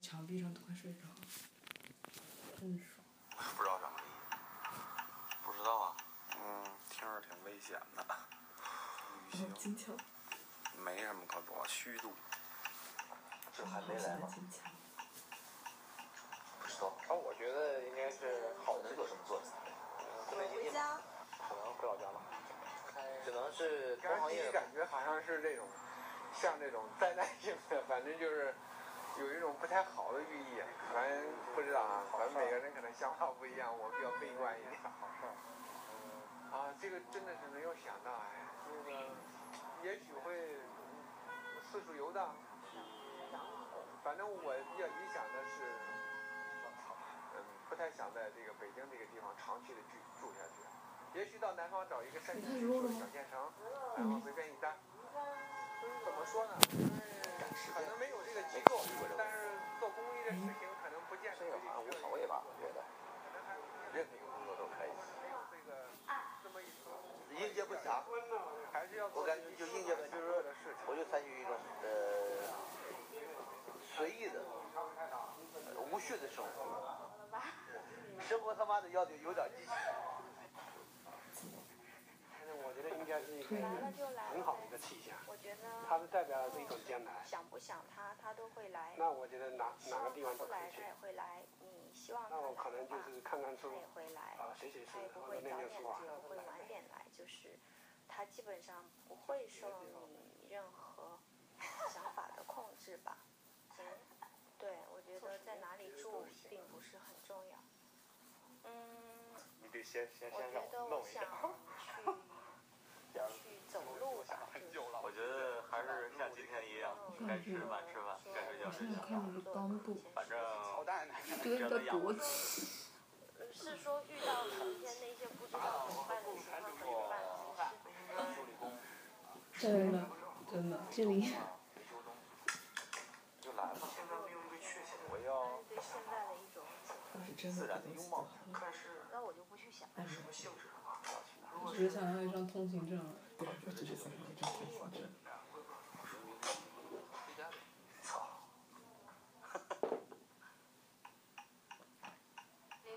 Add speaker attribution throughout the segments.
Speaker 1: 墙壁上都快睡着了，真爽。
Speaker 2: 不知道什么？
Speaker 3: 不知道啊，
Speaker 2: 嗯，听着挺危险的。旅
Speaker 1: 好
Speaker 2: 行
Speaker 1: 金桥，
Speaker 2: 没什么可多，虚度。
Speaker 3: 这还没来吗？
Speaker 1: 金桥，
Speaker 3: 不知道，
Speaker 4: 啊，我觉得应该是
Speaker 3: 好能有什么作用？
Speaker 4: 这没
Speaker 5: 回
Speaker 4: 几天吧，
Speaker 5: 家，
Speaker 4: 可能回老家吧，只能是同行业
Speaker 6: 第一
Speaker 4: 的
Speaker 6: 感觉好像是这种，像这种灾难性的，反正就是有一种不太好的寓意。反正不知道啊，咱们每个人可能想法不一样，我比较悲观一点。好事啊，这个真的是没有想到哎，那个也许会四处游荡。反正我要一想哎的是，嗯，不太想在这个北京这个地方长期的居住下去。也许到南方找一个山
Speaker 1: 你看
Speaker 6: 清
Speaker 1: 肉了吗
Speaker 6: 水小县城，然后随便一待。就是怎么说呢？就是可能没有这个机构，嗯啊但是做公益的事情可能不见得
Speaker 4: 这个好呃像无所谓吧，我觉得
Speaker 6: 可
Speaker 4: 任何一个工作都可以。
Speaker 6: 能没有这个这么一说，
Speaker 4: 应接不暇，
Speaker 6: 还是要做
Speaker 4: 我感觉就应接不暇，就是说
Speaker 6: 的事情。
Speaker 4: 我就采取一种呃随意的、呃无序的生 活。生活他妈的要得有点激情。
Speaker 6: 我觉得应该是一
Speaker 1: 突
Speaker 5: 来了
Speaker 1: 然
Speaker 5: 就来
Speaker 6: 很
Speaker 5: 了
Speaker 6: 好的一
Speaker 5: 呗。
Speaker 6: 个气象，
Speaker 5: 我觉得
Speaker 6: 它是代表了一种艰难。
Speaker 5: 想不想他，他都会来。
Speaker 6: 那我觉得哪
Speaker 5: 希
Speaker 6: 哪
Speaker 5: 望
Speaker 6: 个地方
Speaker 5: 他
Speaker 6: 都
Speaker 5: 不
Speaker 6: 可以
Speaker 5: 来，
Speaker 6: 去
Speaker 5: 他。也会啊来。你希望他
Speaker 6: 那
Speaker 5: 来
Speaker 6: 我可
Speaker 5: 的
Speaker 6: 能就
Speaker 5: 话，
Speaker 6: 是看看书
Speaker 5: 他也会来。
Speaker 6: 啊，写写书
Speaker 5: 他也，不
Speaker 6: 或者
Speaker 5: 会早
Speaker 6: 念
Speaker 5: 点
Speaker 6: 念
Speaker 5: 去，
Speaker 6: 书啊。
Speaker 5: 也不会晚点来，就是他基本上不会受你任何想法的控制吧。嗯，对，我觉得在哪里住并不是很重要。嗯，
Speaker 3: 你得先先
Speaker 5: 我
Speaker 3: 先
Speaker 5: 觉
Speaker 3: 让
Speaker 5: 得
Speaker 3: 我
Speaker 5: 我
Speaker 3: 弄一下
Speaker 5: 想。 去去走路吧，就是
Speaker 3: 我觉得还是像今天一样，
Speaker 5: 嗯
Speaker 3: 该吃饭吃饭，该睡觉睡
Speaker 1: 现在
Speaker 3: 觉，
Speaker 1: 看我的裆部
Speaker 3: 反正
Speaker 1: 跟
Speaker 3: 觉
Speaker 1: 个
Speaker 3: 得养
Speaker 1: 脖
Speaker 3: 活
Speaker 1: 子
Speaker 3: 自，己。
Speaker 5: 是说遇到成天那些不知道怎么办的时候怎么办，
Speaker 1: 真的真的，这里
Speaker 3: 就来了，我要
Speaker 5: 对现在的一种解
Speaker 1: 我是真的不懂死活了，
Speaker 5: 那我就不去想。
Speaker 1: 我只想要一张通行证而已，对，我只是想要一张通行证。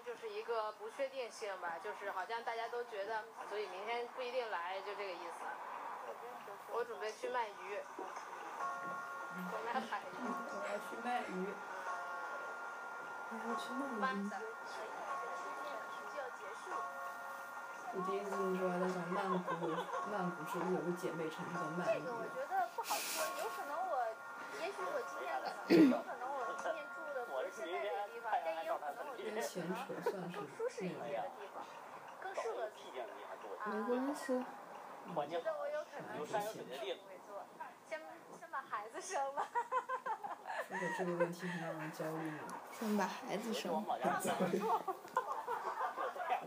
Speaker 7: 就是一个不确定性吧，就是好像大家都觉得，所以明天不一定来，就这个意思。我准备去卖鱼，我卖海
Speaker 5: 嗯
Speaker 7: 鱼，
Speaker 1: 我要去卖鱼，我要去卖
Speaker 7: 八
Speaker 1: 鱼。
Speaker 7: 三。
Speaker 1: 我第一次听说还在讲曼谷，曼谷是某个姐妹城市叫曼
Speaker 5: 这
Speaker 1: 谷
Speaker 5: 个，我觉得不好说，有可能我，也许我今天可能，有可能我今天住的不是现在这个地方，但也有可能我觉得嗯
Speaker 1: 前扯算是
Speaker 5: 更舒适一些的地方，更适合自己。
Speaker 7: 没
Speaker 5: 关
Speaker 1: 系
Speaker 5: 我觉得我有可能
Speaker 1: 有山有水的
Speaker 5: 地方，先先把孩子生
Speaker 7: 呃
Speaker 5: 了，
Speaker 1: 那个这个问题很让人焦虑。
Speaker 5: 先把孩子生了。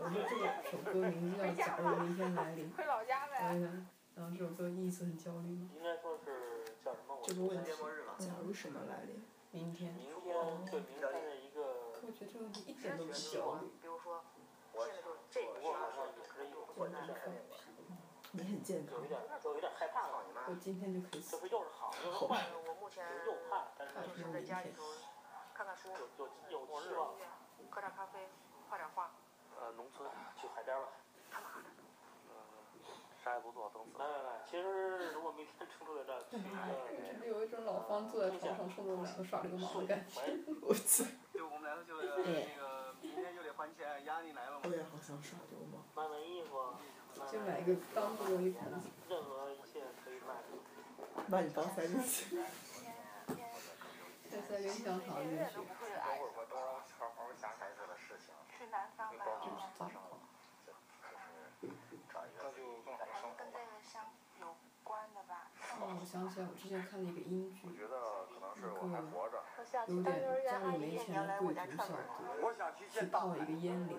Speaker 1: 我觉得这个首歌名字叫《假如明天来临》，
Speaker 7: 回老家
Speaker 1: 然
Speaker 7: 呗。
Speaker 5: 嗯
Speaker 1: 后呢，然后这首歌意思很焦虑吗？
Speaker 4: 应该说是叫什么？
Speaker 1: 这个问题
Speaker 4: 世界末日嘛。
Speaker 1: 假如什么来临？明天。
Speaker 4: 明天对明天的一个，
Speaker 1: 我觉得这个问题一点都不焦虑，
Speaker 7: 比如说，
Speaker 4: 我
Speaker 7: 现在就是这
Speaker 4: 不
Speaker 7: 个
Speaker 4: 过好像也是有
Speaker 1: 真的是放屁。你很健康
Speaker 4: 有一，点有一点害怕了，
Speaker 1: 我今天就可以
Speaker 4: 这
Speaker 1: 死。
Speaker 4: 不又是好又是坏，
Speaker 7: 我目前
Speaker 4: 又怕，但是
Speaker 1: 就是在家里头
Speaker 7: 看看书
Speaker 4: 有有有希望。
Speaker 7: 喝点咖啡，画点画。
Speaker 4: 呃，农村去海边吧。呃
Speaker 3: 啥也不做，等死。
Speaker 4: 来来来，其实如果明天冲出来这儿去一个
Speaker 1: 真的有一种老方坐在床上受不了了耍流氓的感觉，我操！
Speaker 6: 就我们来说就是那个明天就得还钱，压力来了嘛
Speaker 1: 我。也好想耍流氓，
Speaker 4: 卖卖衣服，卖
Speaker 1: 就
Speaker 4: 卖
Speaker 1: 买一个当做一盘子，
Speaker 4: 任何一切可以卖。
Speaker 1: 把你当塞进去。塞塞冰箱好进去，
Speaker 2: 等会儿我都让好好想想这的事情，
Speaker 5: 去南方吧，
Speaker 1: 咋
Speaker 2: 找一个自己更好的生活。
Speaker 5: 这个相有关的吧。
Speaker 1: 哦，我想起来，我之前看了一个英剧
Speaker 2: 我，觉得可能是我还活着。
Speaker 5: 我想
Speaker 1: 有
Speaker 5: 去当幼儿
Speaker 1: 点
Speaker 5: 园
Speaker 1: 家
Speaker 5: 阿
Speaker 1: 里
Speaker 5: 姨
Speaker 1: 没
Speaker 5: 也
Speaker 1: 钱
Speaker 5: 要来
Speaker 1: 的
Speaker 5: 我
Speaker 1: 贵
Speaker 5: 家
Speaker 1: 族
Speaker 5: 串门
Speaker 1: 小。哥
Speaker 6: 我想去
Speaker 1: 去
Speaker 6: 见
Speaker 1: 泡一个烟龄，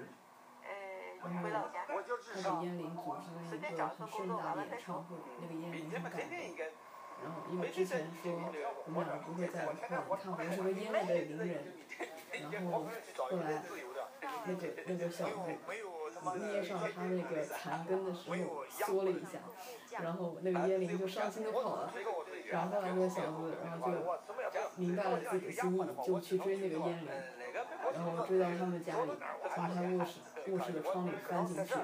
Speaker 5: 呃，回老家。
Speaker 6: 我就至
Speaker 1: 那
Speaker 6: 少
Speaker 1: 个烟龄组织了一个很盛大的演唱会，那个烟
Speaker 6: 比
Speaker 1: 龄
Speaker 6: 你
Speaker 1: 很
Speaker 6: 们
Speaker 1: 感
Speaker 6: 天天
Speaker 1: 动
Speaker 6: 应。该
Speaker 1: 然后因为之前说我们两个不会再一块儿，你看我是个烟龄的邻人，然后后来那个那个小
Speaker 2: 没有没有他
Speaker 1: 捏上他那个残根的时候缩了一下，然后那个烟灵就伤心的跑了。然后后来那个小子，然后就明白了自己的心意，就去追那个烟灵，然后追到他们家里，从他卧室卧室的窗里翻进去，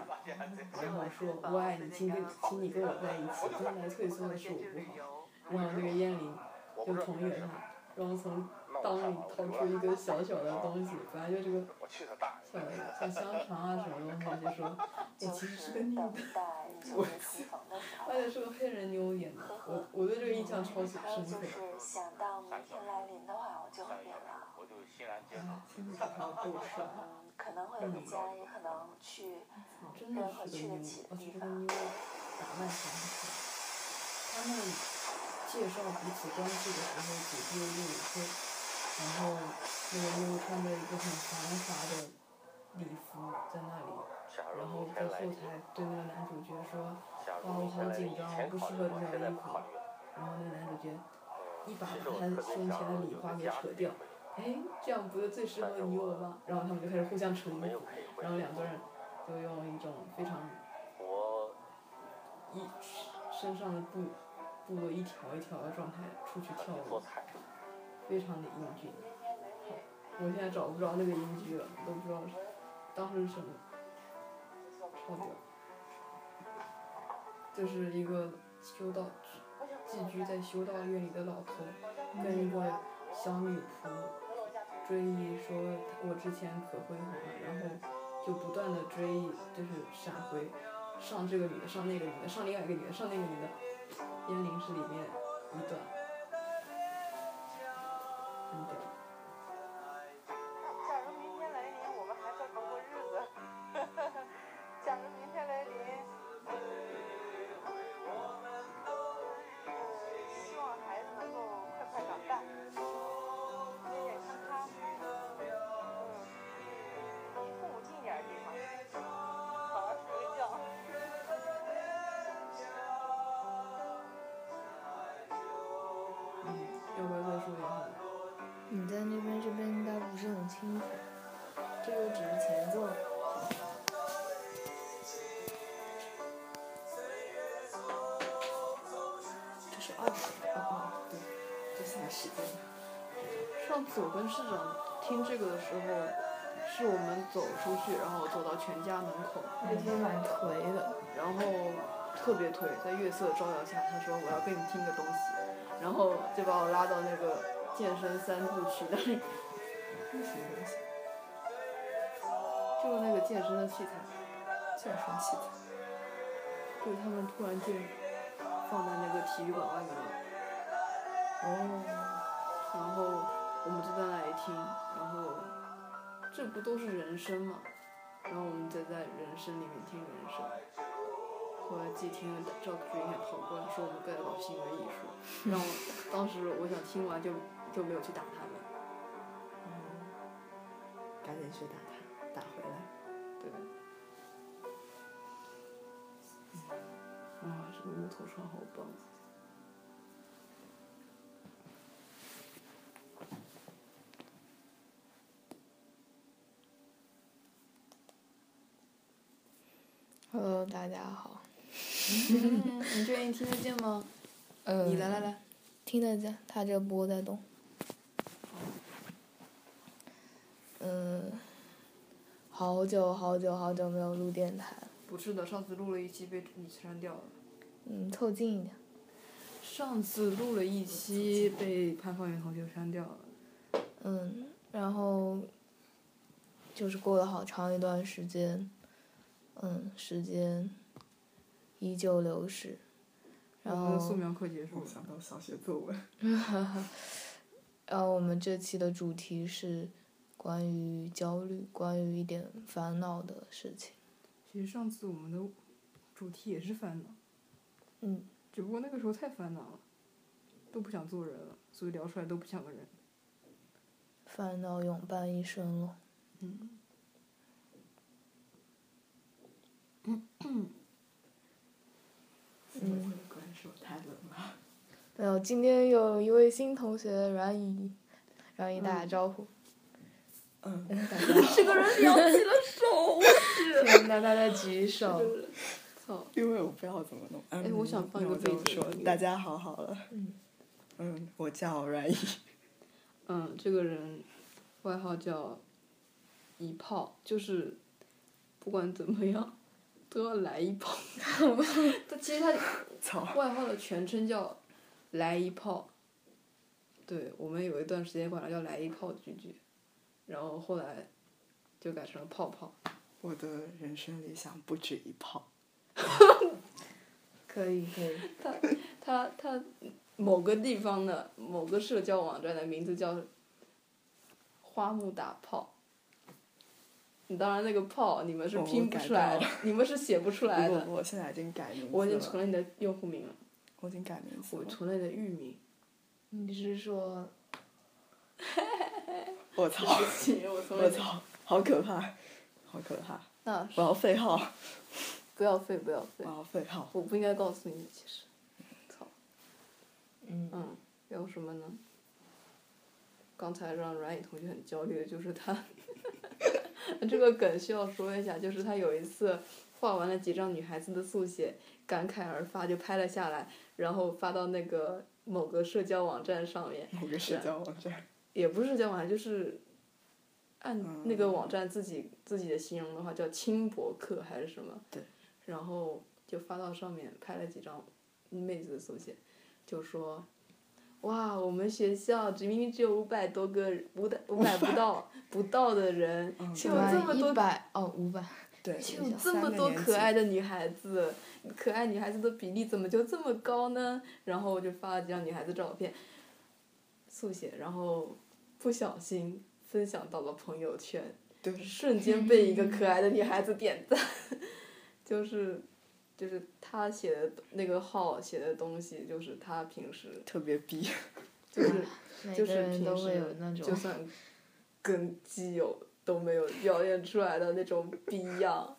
Speaker 1: 然后说我爱你，请跟请你跟我在一起，将来退缩的是我不好。然后那个烟灵就同意了他。然后从裆里掏出一个小小的东西，本来就这个小小香肠啊什么东西，就 说，我其实是个女的， 我， 而且是个黑人妞演的，我我对这个印象超级深刻。
Speaker 5: 呃想到明天来临的话，我就会变老。
Speaker 3: 我就欣然接
Speaker 1: 啊
Speaker 3: 受。，
Speaker 1: 真的是好过帅，
Speaker 5: 嗯，可能会回家，也可能去
Speaker 1: 真的是个妞，而且这个妞打扮很好。他们介绍彼此关系的时候，姐姐又有说，然后那个妞穿着一个很繁华的礼服在那里。
Speaker 3: 假
Speaker 1: 然
Speaker 3: 如
Speaker 1: 后
Speaker 3: 明
Speaker 1: 在
Speaker 3: 天
Speaker 1: 后
Speaker 3: 来临，
Speaker 1: 台对那个男主角说，
Speaker 3: 假
Speaker 1: 哇
Speaker 3: 如
Speaker 1: 我
Speaker 3: 明
Speaker 1: 好
Speaker 3: 天来
Speaker 1: 紧
Speaker 3: 临，
Speaker 1: 张
Speaker 3: 以
Speaker 1: 啊
Speaker 3: 前
Speaker 1: 不适
Speaker 3: 考虑
Speaker 1: 合
Speaker 3: 我
Speaker 1: 这
Speaker 3: 现
Speaker 1: 件衣
Speaker 3: 在不
Speaker 1: 服
Speaker 3: 考虑了。
Speaker 1: 然后那个男主角一把
Speaker 3: 其实
Speaker 1: 把
Speaker 3: 我
Speaker 1: 他
Speaker 3: 特别
Speaker 1: 胸前
Speaker 3: 想
Speaker 1: 的
Speaker 3: 有
Speaker 1: 礼
Speaker 3: 一
Speaker 1: 花
Speaker 3: 个
Speaker 1: 给
Speaker 3: 家
Speaker 1: 扯
Speaker 3: 庭
Speaker 1: 掉
Speaker 3: 聚，会
Speaker 1: 哎，这样不是最适合你我吗？然后他们就开始互相沉默
Speaker 3: 没，有配会
Speaker 1: 然后两个人就用一种非常
Speaker 3: 我
Speaker 1: 一身上的布部落一条一条的状态出去跳
Speaker 3: 去做
Speaker 1: 舞，
Speaker 3: 菜，
Speaker 1: 非常的英俊。我现在找不着那个英剧了，都不知道是当时是什么，超屌，就是一个修道寄居在修道院里的老头，跟一个小女仆追忆说我之前可辉煌了，然后就不断的追忆，就是闪回，上这个女的，上那个女的，上另外一个女的，上那个女的，烟铃是里面一段，很屌。
Speaker 8: 假如明天来临，我们还在过过日子。假如明天来临，呃，希望孩子能够快快长大，健健康康，嗯，离父母近一点的地方，好好睡个觉。
Speaker 1: 嗯，要不要再说一下？
Speaker 7: 你在那边这边应该不是很清楚，这个只是前奏。
Speaker 5: 这是二十哦哦，对，这算时间。
Speaker 1: 上次我跟市长听这个的时候，是我们走出去，然后走到全家门口，
Speaker 7: 那天蛮颓的，
Speaker 1: 然后特别颓，在月色照耀下，他说我要跟你听个东西，然后就把我拉到那个健身三部曲那里，
Speaker 7: 那什么东西？
Speaker 1: 就是那个健身的器材，
Speaker 7: 健身器材。
Speaker 1: 就是他们突然间放在那个体育馆外面了，
Speaker 7: 哦，
Speaker 1: 然后我们就在那里听，然后这不都是人声嘛，然后我们就在人声里面听人声。后来既听了赵克军也跑过来说我们该搞行为艺术， 让我当时我想听完就就没有去打他们。
Speaker 7: 哦赶紧去打他，打回来。
Speaker 1: 对。啊，这个木头船好棒！啊
Speaker 7: Hello，大家好。
Speaker 1: 嗯你确定听得见吗？
Speaker 7: 呃
Speaker 1: 你来来来，
Speaker 7: 听得见，他这波在动。嗯，好久好久好久没有录电台了，
Speaker 1: 不是的，上次录了一期被你删掉了。
Speaker 7: 嗯，凑近一点。
Speaker 1: 上次录了一期被潘方圆同学删掉了。
Speaker 7: 嗯，然后就是过了好长一段时间，嗯，时间依旧流逝，然
Speaker 1: 我们的素
Speaker 7: 后
Speaker 1: 描课结束了。
Speaker 5: 到小学作文。
Speaker 7: 然后呃我们这期的主题是关于焦虑，关于一点烦恼的事情。
Speaker 1: 其实上次我们的主题也是烦恼，
Speaker 7: 嗯，
Speaker 1: 只不过那个时候太烦恼了，都不想做人了，所以聊出来都不像个人。
Speaker 7: 烦恼永伴一生哦了。
Speaker 1: 嗯。
Speaker 7: 嗯，
Speaker 5: 怪兽太冷了。
Speaker 7: 没有，嗯今天有一位新同学阮怡，阮怡打个招呼。
Speaker 8: 嗯，
Speaker 7: 这个人扬起了手，我去！ 天哪，大家举手。
Speaker 8: 操！因为我不知道怎么弄。哎，
Speaker 1: 我想放个背景。
Speaker 8: 说，大家好好了。
Speaker 7: 嗯。
Speaker 8: 嗯，我叫阮一。
Speaker 1: 嗯，这个人外号叫一炮，就是不管怎么样都要来一炮。 他其实他外号的全称叫来一炮。对我们有一段时间管他叫来一炮居居。然后后来，就改成了泡泡。
Speaker 8: 我的人生理想不止一泡。
Speaker 7: 可以可以。
Speaker 1: 他他他某个地方的某个社交网站的名字叫“花木打炮”。你当然那个“炮”你们是拼不出来的，
Speaker 8: 哦、
Speaker 1: 你们是写不出来的。
Speaker 8: 我现在已经改名字了。
Speaker 1: 我已经存了你的用户名了。
Speaker 8: 我已经改名字
Speaker 1: 了。我存了你的域 名。
Speaker 7: 你是说？
Speaker 8: 我操！我操！好可怕，好可怕！
Speaker 1: 那
Speaker 8: 我要废号。
Speaker 1: 不要废，不要废。
Speaker 8: 我要废号。
Speaker 1: 我不应该告诉你，其实。操。
Speaker 7: 嗯。
Speaker 1: 嗯，有什么呢？刚才让阮宇同学很焦虑的就是他 这个梗需要说一下，就是他有一次画完了几张女孩子的速写，感慨而发，就拍了下来，然后发到那个某个社交网站上面。
Speaker 8: 某个
Speaker 1: 啊
Speaker 8: 社交网站。
Speaker 1: 也不是叫网站，就是按那个网站自己、嗯、自己的形容的话，叫轻博客还是什么？
Speaker 8: 对。
Speaker 1: 然后就发到上面，拍了几张妹子的速写，就说：“哇，我们学校只明明只有五百多个，五百五百不到不到的人，却有这么多
Speaker 7: 一百哦五百，
Speaker 8: 对，
Speaker 1: 却有这么多可爱的女孩子，可爱女孩子的比例怎么就这么高呢？”然后我就发了几张女孩子照片。速写，然后不小心分享到了朋友圈，瞬间被一个可爱的女孩子点赞， 就是就是他写的那个号写的东西，就是他平时
Speaker 8: 特别逼，
Speaker 1: 就是就是
Speaker 7: 平时
Speaker 1: 就算跟基友都没有表现出来的那种逼样，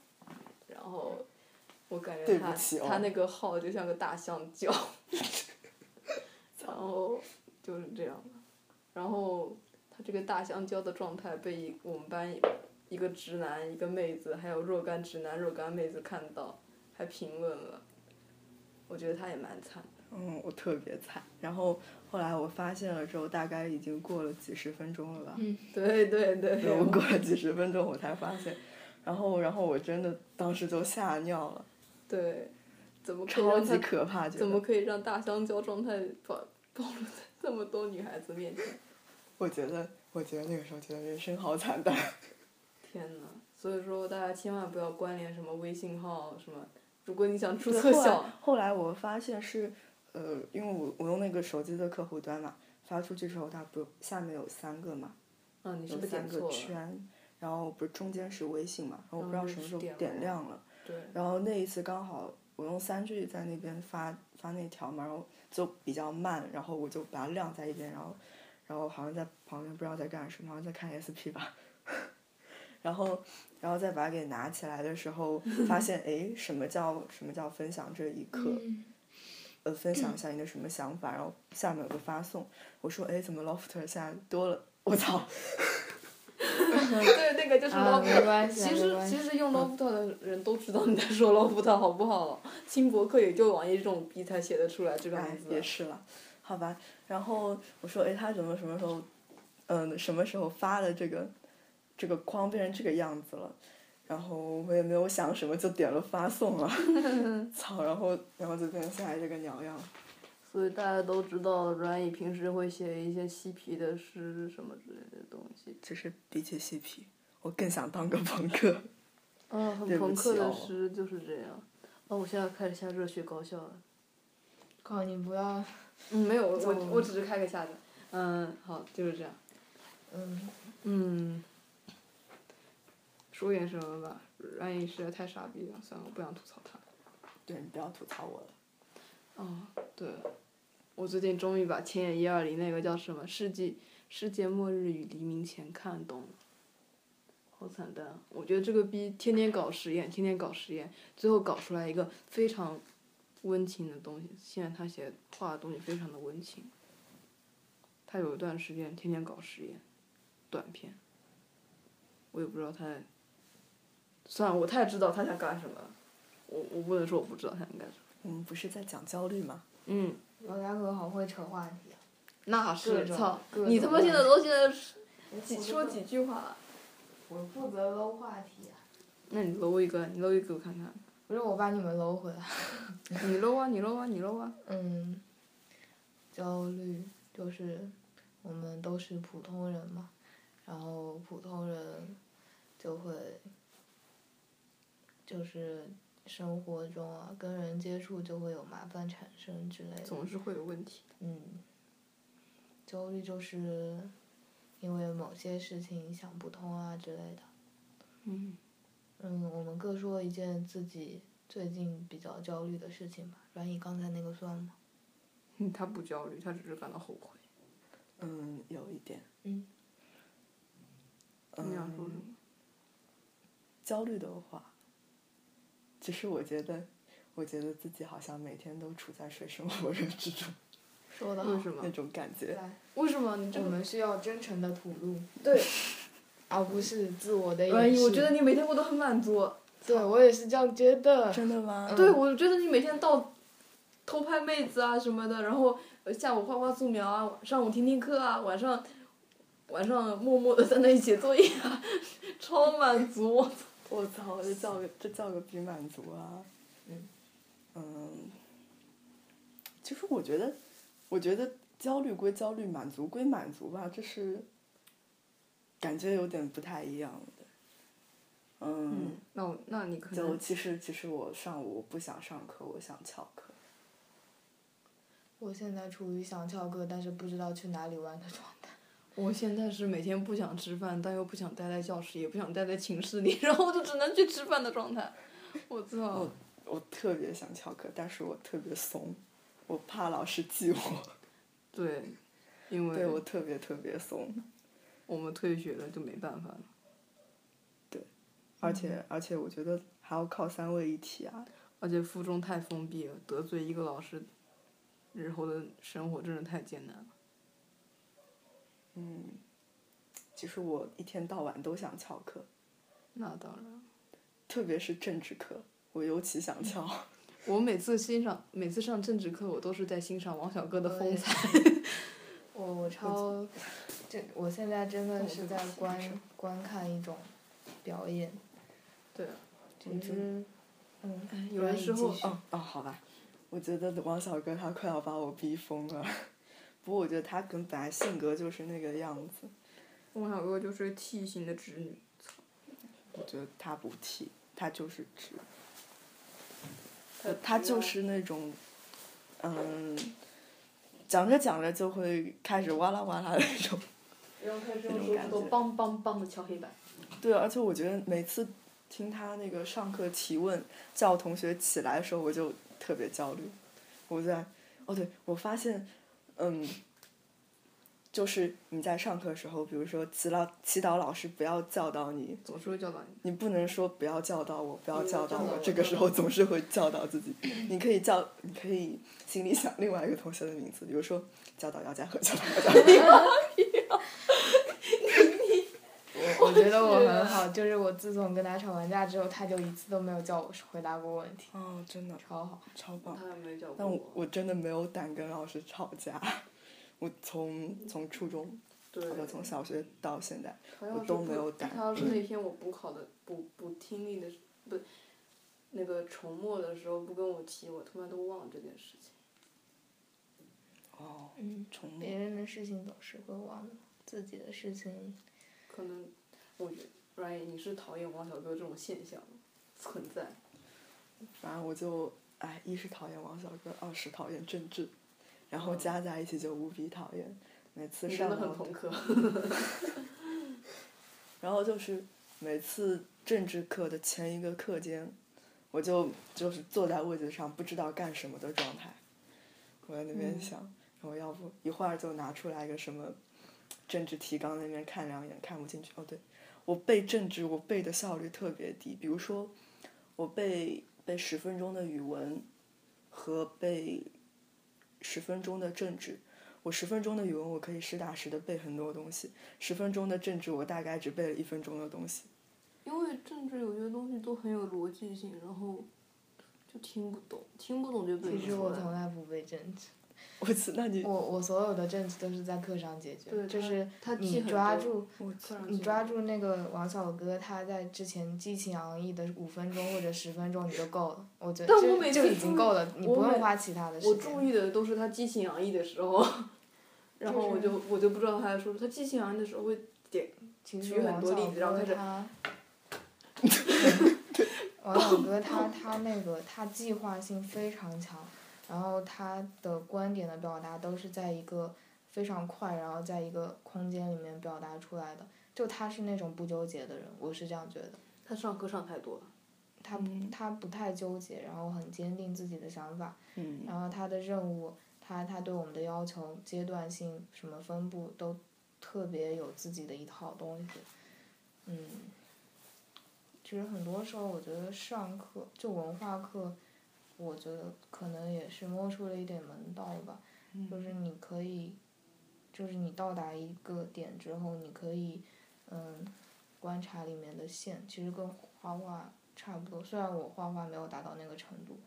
Speaker 1: 然后我感觉他、
Speaker 8: 哦、
Speaker 1: 他那个号就像个大香蕉，然后。就是这样的，然后他这个大香蕉的状态被我们班一个直男、一个妹子，还有若干直男、若干妹子看到，还评论了。我觉得他也蛮惨的。
Speaker 8: 嗯，我特别惨。然后后来我发现了之后，大概已经过了几十分钟了吧？
Speaker 7: 嗯，
Speaker 1: 对对对。
Speaker 8: 对我过了几十分钟我才发现，然后然后我真的当时就吓尿了。
Speaker 1: 对，怎么
Speaker 8: 超级可怕？
Speaker 1: 怎么可以让大香蕉状态暴暴露在？ 这么多女孩子面前，
Speaker 8: 我觉得，我觉得那个时候觉得人生好 惨淡。
Speaker 1: 天呐，所以说大家千万不要关联什么微信号什么，如果你想注册小。
Speaker 8: 后来我发现是，呃，因为我我用那个手机的客户端嘛，发出去之后，它不下面有三个嘛，
Speaker 1: 啊、你是
Speaker 8: 有三个圈，然后不是中间是微信嘛，然后我不知道什么时候嗯点亮了，
Speaker 1: 对。
Speaker 8: 然后那一次刚好我用三 G 在那边发发那条嘛，然后。就比较慢，然后我就把它晾在一边，然后，然后好像在旁边不知道在干什么，好像在看 SP 吧， 然后，然后再把它给拿起来的时候，发 现哎，什么叫什么叫分享这一刻？
Speaker 7: 嗯、
Speaker 8: 呃，分 享一下你的什么想法，然后下面有个发送，我说哎，怎么 Lofter 现在多了？我操！
Speaker 1: 对，那个就是 Lofter，、
Speaker 7: 啊、
Speaker 1: 其实其实用 Lofter 的人都知道你在说 Lofter 好不好？轻博客也就网易这种逼才写得出来这个名字、
Speaker 8: 哎。也是了，好吧。然后我说，哎，他怎么什么时候，嗯、呃，什么时候发的这个，这个框变成这个样子了？然后我也没有想什么，就点了发送了。 操然后然后就变成现在这个鸟样。
Speaker 1: 所以大家都知道，阮宇平时会写一些嬉皮的诗什么之类的东西。
Speaker 8: 其实比起嬉皮，我更想当个朋克。
Speaker 1: 嗯、啊，很朋克的诗就是这样。哦，我现在开始下热血高校了。
Speaker 7: 靠，你不要。
Speaker 1: 嗯，没有，我我只是开个下的。嗯，好，就是这样。
Speaker 7: 嗯。
Speaker 1: 嗯。说点什么吧，阮宇实在太傻逼了，算了，我不想吐槽他。
Speaker 8: 对，你不要吐槽我了。
Speaker 1: 哦，对。我最近终于把《千野一二零》那个叫什么《世纪世界末日与黎明前》看懂了，好惨淡！啊我觉得这个逼天天搞实验，天天搞实验，最后搞出来一个非常温情的东西。现在他写画的东西非常的温情。他有一段时间天天搞实验，短片，我也不知道他，算了，我太知道他想干什么了，我我不能说我不知道他想干什么。
Speaker 8: 我们嗯不是在讲焦虑吗？
Speaker 1: 嗯，
Speaker 7: 老大哥好会扯话题啊。
Speaker 1: 那
Speaker 7: 各
Speaker 1: 是
Speaker 7: 种
Speaker 1: 操
Speaker 7: 各！
Speaker 1: 你
Speaker 7: 种
Speaker 1: 他妈
Speaker 7: 问
Speaker 1: 现在
Speaker 7: 题
Speaker 1: 都现在是
Speaker 7: 哎我
Speaker 1: 几
Speaker 7: 不
Speaker 1: 说
Speaker 7: 知
Speaker 1: 几
Speaker 7: 道
Speaker 1: 句话了？
Speaker 7: 我负责搂话题啊，
Speaker 1: 那你搂一个，你搂一个我看看。
Speaker 7: 不是我把你们搂回来。
Speaker 1: 你搂啊，你搂啊，你搂啊。
Speaker 7: 嗯，焦虑就是我们都是普通人嘛，然后普通人就会就是生活中啊跟人接触就会有麻烦产生之类的，
Speaker 1: 总是会有问题。
Speaker 7: 嗯，焦虑就是因为某些事情想不通啊之类的。
Speaker 1: 嗯，
Speaker 7: 嗯，我们各说一件自己最近比较焦虑的事情吧。阮乙刚才那个算吗？
Speaker 1: 嗯，他不焦虑，他只是感到后悔。
Speaker 8: 嗯，有一点。
Speaker 7: 嗯。
Speaker 1: 你想说什么？
Speaker 8: 焦虑的话，其实我觉得，我觉得自己好像每天都处在水深火热之中。
Speaker 7: 说的
Speaker 1: 为什么
Speaker 8: 那种感觉。
Speaker 7: 来，
Speaker 1: 为什么你这
Speaker 7: 我
Speaker 1: 个？
Speaker 7: 们需要真诚的吐露，
Speaker 1: 对，
Speaker 7: 而不是自我的
Speaker 1: 哎
Speaker 7: 掩
Speaker 1: 呦，
Speaker 7: 饰。
Speaker 1: 我觉得你每天过得很满足。
Speaker 7: 对我也是这样觉得。
Speaker 8: 真的吗？
Speaker 1: 对，我觉得你每天到偷拍妹子啊什么的，然后呃下午画画素描啊，上午听听课啊，晚上晚上默默的在那里写作业啊，超满足。我操
Speaker 8: 我操，这叫个这叫个比满足啊！
Speaker 7: 嗯
Speaker 8: 嗯，其实我觉得，我觉得焦虑归焦虑，满足归满足吧，这是感觉有点不太一样的。嗯，
Speaker 1: 那我那你可
Speaker 8: 就
Speaker 1: 能
Speaker 8: 其实其实我上午不想上课，我想翘课。
Speaker 7: 我现在处于想翘课，但是不知道去哪里玩的状态。
Speaker 1: 我现在是每天不想吃饭，但又不想待在教室，也不想待在寝室里， 然后就只能去吃饭的状态。我操！
Speaker 8: 我特别想翘课，但是我特别怂，我怕老师记我，
Speaker 1: 对，因
Speaker 8: 对我
Speaker 1: 为
Speaker 8: 特别特别怂。
Speaker 1: 我们退学了，就没办法了。
Speaker 8: 而且而且，我觉得还要靠三位一体啊，
Speaker 1: 而且附中太封闭了，得罪一个老师，日后的生活真的太艰难了。
Speaker 8: 嗯，其实我一天到晚都想翘课，
Speaker 1: 那当然，
Speaker 8: 特别是政治课，我尤其想翘。
Speaker 1: 我每次欣赏，每次上政治课，我都是在欣赏王小哥的风采。
Speaker 7: 我我超，这我现在真的是在观观看一种表演。
Speaker 1: 对啊，
Speaker 7: 其实，嗯，
Speaker 1: 有的时候
Speaker 7: 继续
Speaker 8: 哦哦，好吧，我觉得王小哥他快要把我逼疯了。 不过我觉得他可能本来性格就是那个样子，
Speaker 1: 王小哥就是个 T 型的直女，操，
Speaker 8: 我觉得他不替，他就是直，他就是那种，嗯，讲着讲着就会开始哇啦哇啦的那种。
Speaker 1: 然后他这
Speaker 8: 种手指头
Speaker 1: 梆梆梆的敲黑板。
Speaker 8: 对，而且我觉得每次听他那个上课提问叫同学起来的时候，我就特别焦虑。我在哦，对，我发现，嗯，就是你在上课的时候，比如说祈祷祈祷老师不要教导你，
Speaker 1: 总是会教导你。
Speaker 8: 你不能说不要教导我，不要教导
Speaker 1: 嗯教导
Speaker 8: 我
Speaker 1: 我，
Speaker 8: 这个时候总是会教导自己。你可以教，你可以心里想另外一个同学的名字，比如说教导姚家和教导姚家和。
Speaker 7: 我我觉得我很 好，就是我自从跟他吵完架之后，他就一次都没有叫我回答过问题，
Speaker 8: 哦，真的
Speaker 7: 超好。
Speaker 8: 超棒。
Speaker 1: 哦他没教
Speaker 8: 但我我真的没有胆跟老师吵架，我从从初中
Speaker 1: 对
Speaker 8: 或者从小学到现在，
Speaker 1: 他要
Speaker 8: 我
Speaker 1: 是
Speaker 8: 都
Speaker 1: 不
Speaker 8: 没有胆
Speaker 1: 他要是那天我补考的补补听力的时不，那个重默的时候不跟我提，我他妈都忘了这件事情。
Speaker 8: 哦，
Speaker 7: 嗯，
Speaker 8: 重
Speaker 7: 别人的事情总是会忘的，自己的事情，
Speaker 1: 可能我觉得 Ryan 你是讨厌王小哥这种现象存在。
Speaker 8: 反正我就哎，一是讨厌王小哥，二是讨厌政治，然后加在一起就无比讨厌。每次
Speaker 1: 嗯你
Speaker 8: 上
Speaker 1: 真的
Speaker 8: 完
Speaker 1: 很朋克。
Speaker 8: 然后就是每次政治课的前一个课间，我就就是坐在位子上不知道干什么的状态，我在那边想，我要不一会儿就拿出来个什么政治提纲那边看两眼，看不进去。哦，对，我背政治我背的效率特别低，比如说我背背十分钟的语文和背十分钟的政治，我十分钟的语文我可以实打实的背很多东西，十分钟的政治我大概只背了一分钟的东西。
Speaker 1: 因为政治有些东西都很有逻辑性，然后就听不懂，听不懂就背不出来。
Speaker 7: 其实我从来不背政治。
Speaker 8: 我操，那你
Speaker 7: 我我所有的政治都是在课上解决，就是你抓住你抓住那个王小哥，他在之前激情洋溢的五分钟或者十分钟你就够了，我觉得就就已经够了，你不用花其他的时
Speaker 1: 间。我注意的都是他激情洋溢的时候， 然后我就、
Speaker 7: 就是、
Speaker 1: 我就不知道他在说，他激情洋溢的时候会点举很多例子，然后开始。
Speaker 7: 王小哥他他那个他计划性非常强，然后他的观点的表达都是在一个非常快，然后在一个空间里面表达出来的。就他是那种不纠结的人，我是这样觉得。
Speaker 1: 他上课上太多了。
Speaker 7: 他
Speaker 1: 嗯
Speaker 7: 他不太纠结，然后很坚定自己的想法。
Speaker 8: 嗯。
Speaker 7: 然后他的任务，他他对我们的要求、阶段性什么分布都特别有自己的一套东西。嗯。其实很多时候，我觉得上课就文化课，我觉得可能也是摸出了一点门道吧。
Speaker 8: 嗯、
Speaker 7: 就是你可以，就是你到达一个点之后，你可以，嗯，观察里面的线。其实跟画画差不多，虽然我画画没有达到那个程度，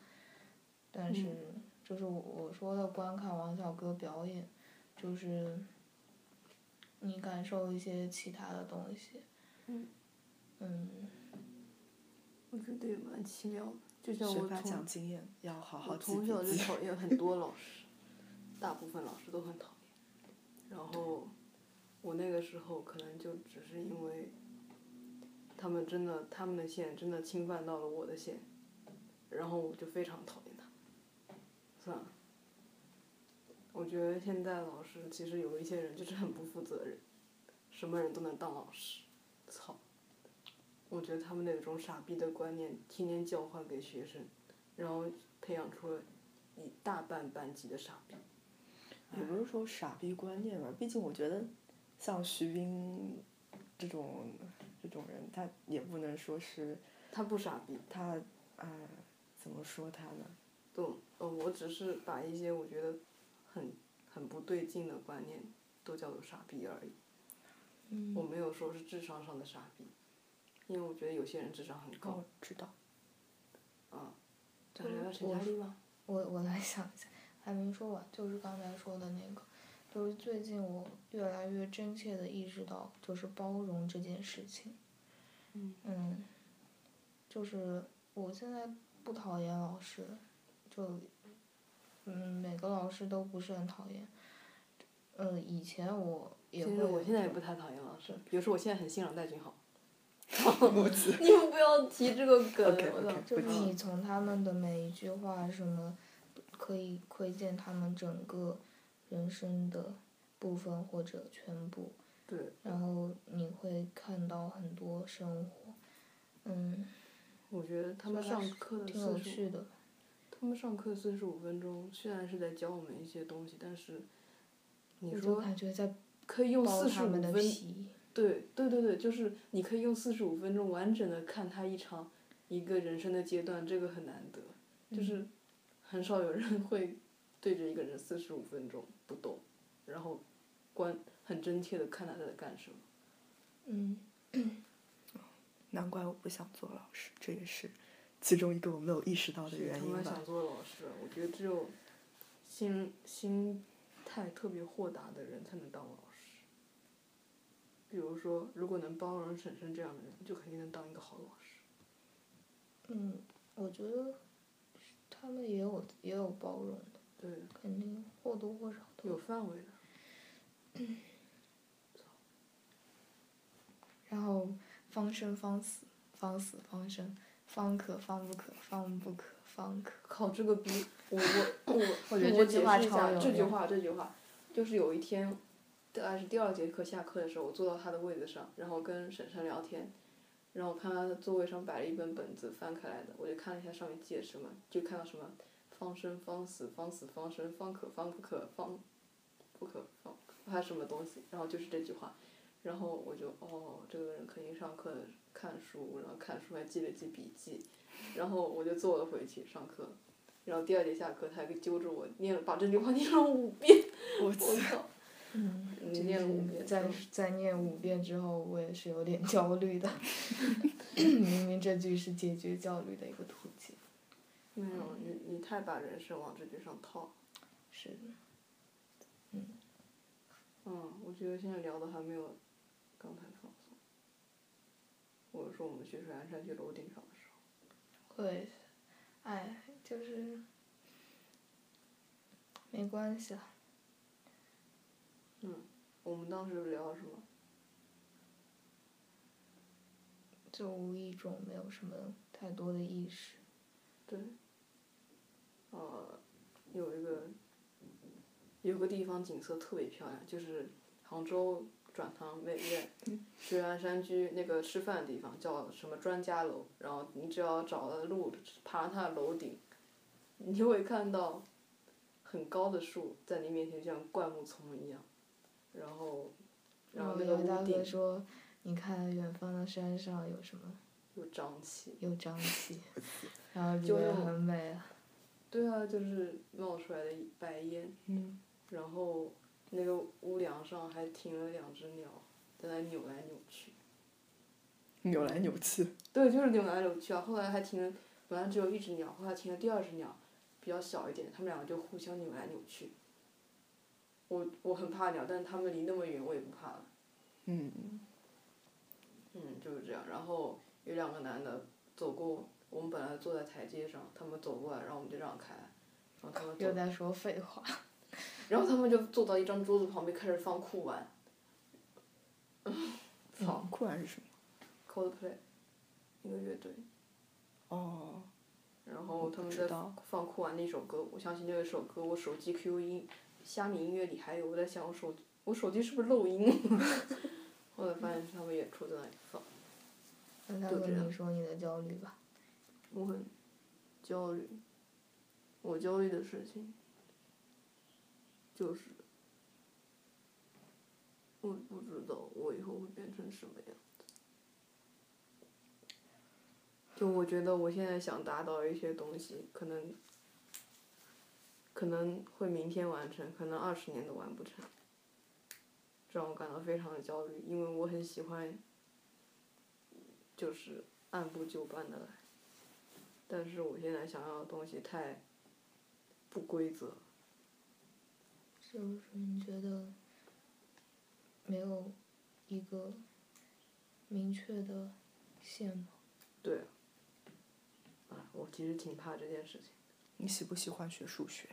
Speaker 7: 但是就是我说的观看王小哥表演，就是你感受一些其他的东西。
Speaker 1: 嗯。
Speaker 7: 嗯。
Speaker 1: 我觉得也蛮奇妙的，就像我从
Speaker 8: 经验要好好
Speaker 1: 从小就讨厌很多老师，大部分老师都很讨厌。然后我那个时候可能就只是因为，他们真的他们的线真的侵犯到了我的线，然后我就非常讨厌他。算了，我觉得现在老师其实有一些人就是很不负责任，什么人都能当老师，操。我觉得他们那种傻逼的观念天天交换给学生，然后培养出了一大半班级的傻逼。
Speaker 8: 也不是说傻逼观念吧，毕竟我觉得像徐冰这种这种人，他也不能说是。
Speaker 1: 他不傻逼。
Speaker 8: 他哎，怎么说他呢？
Speaker 1: 对，呃，我只是把一些我觉得很很不对劲的观念都叫做傻逼而已。
Speaker 7: 嗯。
Speaker 1: 我没有说是智商上的傻逼。因为我觉得有些人智商很高，
Speaker 8: 哦、知道。
Speaker 1: 啊，咱聊聊陈嘉丽吧。
Speaker 7: 我我来想一下，还没说完，就是刚才说的那个，就是最近我越来越真切的意识到，就是包容这件事情。
Speaker 1: 嗯。
Speaker 7: 嗯，就是我现在不讨厌老师，就，嗯，每个老师都不是很讨厌。呃，以前我也会。
Speaker 1: 我现在也不太讨厌老师，比如说我现在很欣赏戴俊豪。
Speaker 8: 你
Speaker 1: 们不要提这个梗
Speaker 8: ，okay,
Speaker 1: 我操！
Speaker 7: 就是你从他们的每一句话什么，可以窥见他们整个人生的部分或者全部。
Speaker 1: 对。
Speaker 7: 然后你会看到很多生活，嗯。
Speaker 1: 我觉得他们上课的
Speaker 7: 挺有趣的。
Speaker 1: 他们上课四十五分钟，虽然是在教我们一些东西，但是你
Speaker 7: 说感觉在
Speaker 1: 可以用四十五
Speaker 7: 分。
Speaker 1: 对对对对，就是你可以用四十五分钟完整的看他一场一个人生的阶段，这个很难得，
Speaker 7: 嗯、
Speaker 1: 就是很少有人会对着一个人四十五分钟不动，然后观很真切的看他在干什么。
Speaker 7: 嗯，
Speaker 8: 难怪我不想做老师，这也是其中一个我没有意识到的原因吧。
Speaker 1: 他想做老师，我觉得只有心心态特别豁达的人才能当老师。比如说，如果能包容婶婶这样的人，就肯定能当一个好老师。
Speaker 7: 嗯，我觉得他们也有也有包容的，
Speaker 1: 对，
Speaker 7: 肯定或多或少的。
Speaker 1: 有范围的。
Speaker 7: 嗯、然后方生方死，方死方生，方可方不可，方不可方可。
Speaker 1: 靠这个逼！我我我，
Speaker 7: 我觉得
Speaker 1: 这句
Speaker 7: 话
Speaker 1: 超
Speaker 7: 有
Speaker 1: 这句话这句话，就是有一天。大概是第二节课下课的时候，我坐到他的位子上，然后跟婶婶聊天，然后我看他的座位上摆了一本本子，翻开来的，我就看了一下上面记什么，就看到什么方生、方死、方死、方生、方可、方不可、方不可方，还什么东西，然后就是这句话，然后我就哦，这个人肯定上课看书，然后看书还记了记笔记，然后我就坐了回去上课，然后第二节下课，他还揪着我念了，把这句话念了五遍，
Speaker 8: 我
Speaker 1: 操！
Speaker 7: 嗯，
Speaker 1: 你念了五遍，嗯
Speaker 7: 在在念五遍之后，我也是有点 焦虑 的。 明明这句是解决焦虑的一个途径。
Speaker 1: 没有，你你太把人生往这句上套。
Speaker 7: 是的。嗯。
Speaker 1: 嗯，我觉得现在聊的还没有刚才放松。我说我们去水寒山去楼顶上的时
Speaker 7: 候。会，哎，就是没关系了。
Speaker 1: 嗯，我们当时聊什么？
Speaker 7: 就无意中没有什么太多的意识。
Speaker 1: 对。呃，有一个，有个地方景色特别漂亮，就是杭州转塘那边，水岸山居那个吃饭的地方叫什么专家楼，然后你只要找到路，爬它楼顶，你就会看到很高的树在你面前，就像灌木丛一样。然后，然后那个
Speaker 7: 大
Speaker 1: 屋
Speaker 7: 哥
Speaker 1: 顶
Speaker 7: 说：“你看远方的山上有什么？
Speaker 1: 有瘴气，
Speaker 7: 有瘴 气，然后
Speaker 1: 就
Speaker 7: 觉得
Speaker 1: 是
Speaker 7: 很美啊。
Speaker 1: 对啊，就是冒出来的白烟，
Speaker 7: 嗯
Speaker 1: 然后那个屋梁上还停了两只鸟，在那扭来扭去。
Speaker 8: 扭来扭去。
Speaker 1: 对，就是扭来扭去啊。后来还停了，本来只有一只鸟，后来停了第二只鸟，比较小一点，它们两个就互相扭来扭去。我我很怕鸟，但是它们离那么远，我也不怕了。
Speaker 8: 嗯。
Speaker 1: 嗯，就是这样。然后有两个男的走过，我们本来坐在台阶上，他们走过来，然后我们就让开，然后他们走
Speaker 7: 啊又在说 废话。
Speaker 1: 然后他们就坐到一张桌子旁边开始放酷玩嗯
Speaker 8: 好，酷啊玩是什么？
Speaker 1: ，Coldplay，一个乐队，
Speaker 8: 哦。
Speaker 1: 然
Speaker 8: 我
Speaker 1: 后
Speaker 8: 不
Speaker 1: 他们
Speaker 8: 知
Speaker 1: 在
Speaker 8: 道
Speaker 1: 放酷玩的一首歌，我相信那首歌我手机 QQ 音、虾米音乐里还有，我在想我手我手机是不是漏音？ 后来发现是他们演出在那里放，
Speaker 7: 那大
Speaker 1: 就
Speaker 7: 哥，
Speaker 1: 这样
Speaker 7: 你说你的焦虑吧。
Speaker 1: 我很焦虑，我焦虑的事情就是我不知道我以后会变成什么样子。就我觉得我现在想达到一些东西，可能可能会明天完成，可能二十年都完不成，这让我感到非常的焦虑，因为我很喜欢就是按部就班的来，但是我现在想要的东西太不规则了。
Speaker 7: 就是你觉得没有一个明确的线吗？
Speaker 1: 对啊，哎，我其实挺怕这件事情。
Speaker 8: 你喜不喜欢学数学？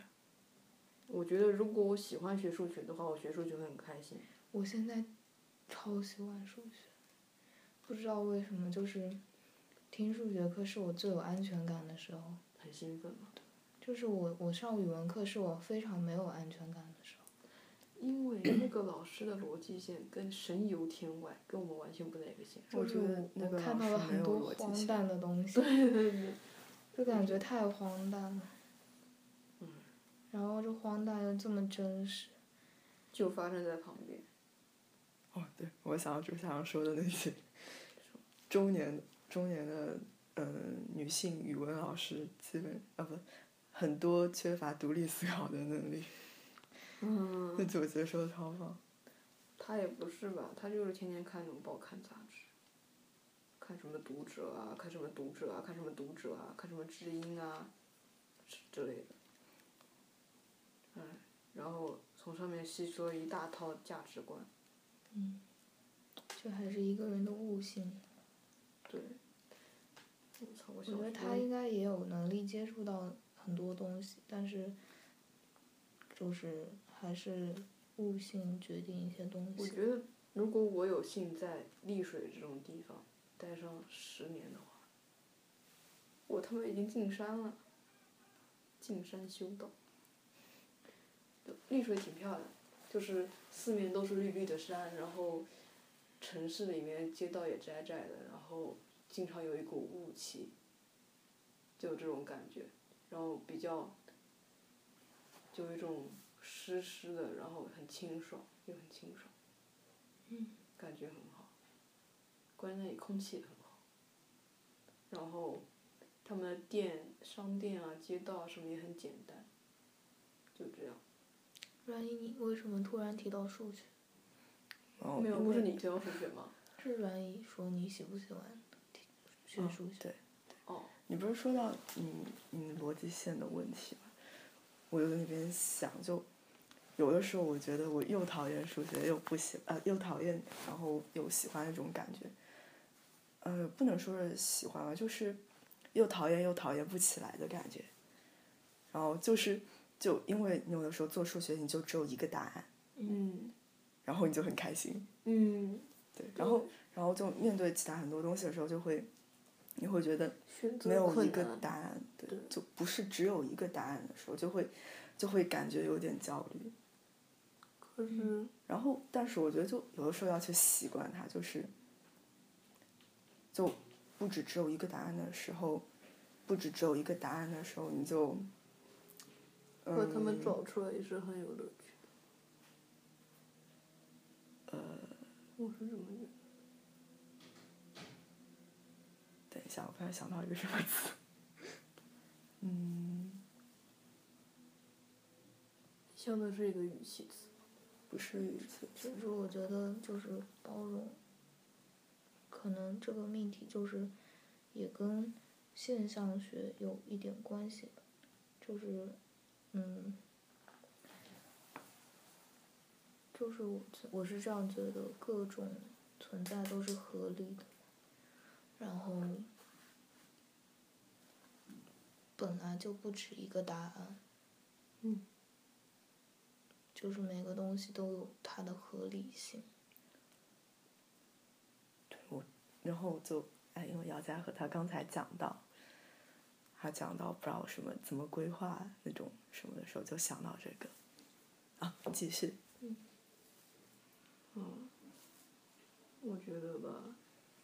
Speaker 1: 我觉得如果我喜欢学数学的话，我学数学会很开心。
Speaker 7: 我现在超喜欢数学，不知道为什么，就是听数学课是我最有安全感的时候。
Speaker 1: 很兴奋嘛。
Speaker 7: 就是我，我上语文课是我非常没有安全感的时候。
Speaker 1: 因为那个老师的逻辑线跟神游天外，跟我们完全不在一个线上。
Speaker 8: 我
Speaker 7: 就是
Speaker 8: 觉得那
Speaker 7: 我
Speaker 8: 个
Speaker 7: 看
Speaker 8: 老
Speaker 7: 到
Speaker 8: 师
Speaker 7: 了
Speaker 8: 没
Speaker 7: 很
Speaker 8: 有
Speaker 7: 多
Speaker 8: 逻辑
Speaker 7: 荒
Speaker 8: 性
Speaker 7: 诞的 东西，
Speaker 1: 对对对，
Speaker 7: 就感觉太荒诞了。
Speaker 1: 嗯。
Speaker 7: 然后这荒诞又这么真实，
Speaker 1: 就发生在旁边。
Speaker 8: 哦，对，我想到朱夏阳说的那些，中年中年的嗯、呃女性语文老师，基本啊不，很多缺乏独立思考的能力。那
Speaker 1: 嗯，
Speaker 8: 九杰说的超棒，
Speaker 1: 他也不是吧，他就是天天看那种报刊杂志，看什么读者啊，看什么读者啊，看什么读者啊，看什么知音啊，之之类的。嗯，然后从上面吸收一大套价值观。
Speaker 7: 嗯，这还是一个人的悟性。
Speaker 1: 对，我操！我
Speaker 7: 我
Speaker 1: 小
Speaker 7: 觉得
Speaker 1: 时
Speaker 7: 他
Speaker 1: 候
Speaker 7: 应该也有能力接触到很多东西，但是就是还是悟性决定一些东
Speaker 1: 我
Speaker 7: 西。
Speaker 1: 觉得，如果我有幸在丽水这种地方待上十年的话，我他妈已经进山了，进山修道。就丽水挺漂亮，就是四面都是绿绿的山，然后城市里面街道也窄窄的，然后经常有一股雾气，就这种感觉，然后比较，就有一种湿湿的，然后很清爽，又很清爽。
Speaker 7: 嗯，
Speaker 1: 感觉很好，关键那里空气也很好，然后他们的店、商店啊、街道什么也很简单，就这样。
Speaker 7: 阮一，你为什么突然提到数学？
Speaker 8: 哦
Speaker 1: 没有，不是你提到数学吗？
Speaker 7: 是阮一说你喜不喜欢学数学？
Speaker 8: 对。
Speaker 1: 哦。
Speaker 8: 你不是说到你你逻辑线的问题吗？我就在那边想，就有的时候我觉得我又讨厌数学，又不喜呃又讨厌，然后又喜欢那种感觉。呃，不能说是喜欢吧，就是又讨厌又讨厌不起来的感觉。然后就是就因为你有的时候做数学，你就只有一个答案，
Speaker 1: 嗯，
Speaker 8: 然后你就很开心，
Speaker 1: 嗯，
Speaker 8: 对，然后然后就面对其他很多东西的时候，就会你会觉得没有一个答案，对，
Speaker 7: 对
Speaker 8: 就不是只有一个答案的时候，就会就会感觉有点焦虑。
Speaker 7: 可是，
Speaker 8: 然后但是我觉得就有的时候要去习惯它，就是就不止只有一个答案的时候，不止只有一个答案的时候，你就。
Speaker 1: 把他们
Speaker 8: 嗯
Speaker 1: 找出来也是很有乐趣的。
Speaker 8: 呃，
Speaker 1: 我是怎么觉得？
Speaker 8: 等一下，我刚才想到一个什么词？嗯，
Speaker 1: 像的是一个语气词。
Speaker 8: 不是语气
Speaker 7: 其实我觉得就是包容，可能这个命题就是也跟现象学有一点关系吧，就是嗯，就是我我是这样觉得，各种存在都是合理的，然后本来就不止一个答案。
Speaker 1: 嗯。
Speaker 7: 就是每个东西都有它的合理性。
Speaker 8: 对我，然后就哎，因为姚佳和他刚才讲到，他讲到不知道什么怎么规划那种什么的时候，就想到这个，啊，继续，
Speaker 7: 嗯，
Speaker 1: 嗯，我觉得吧。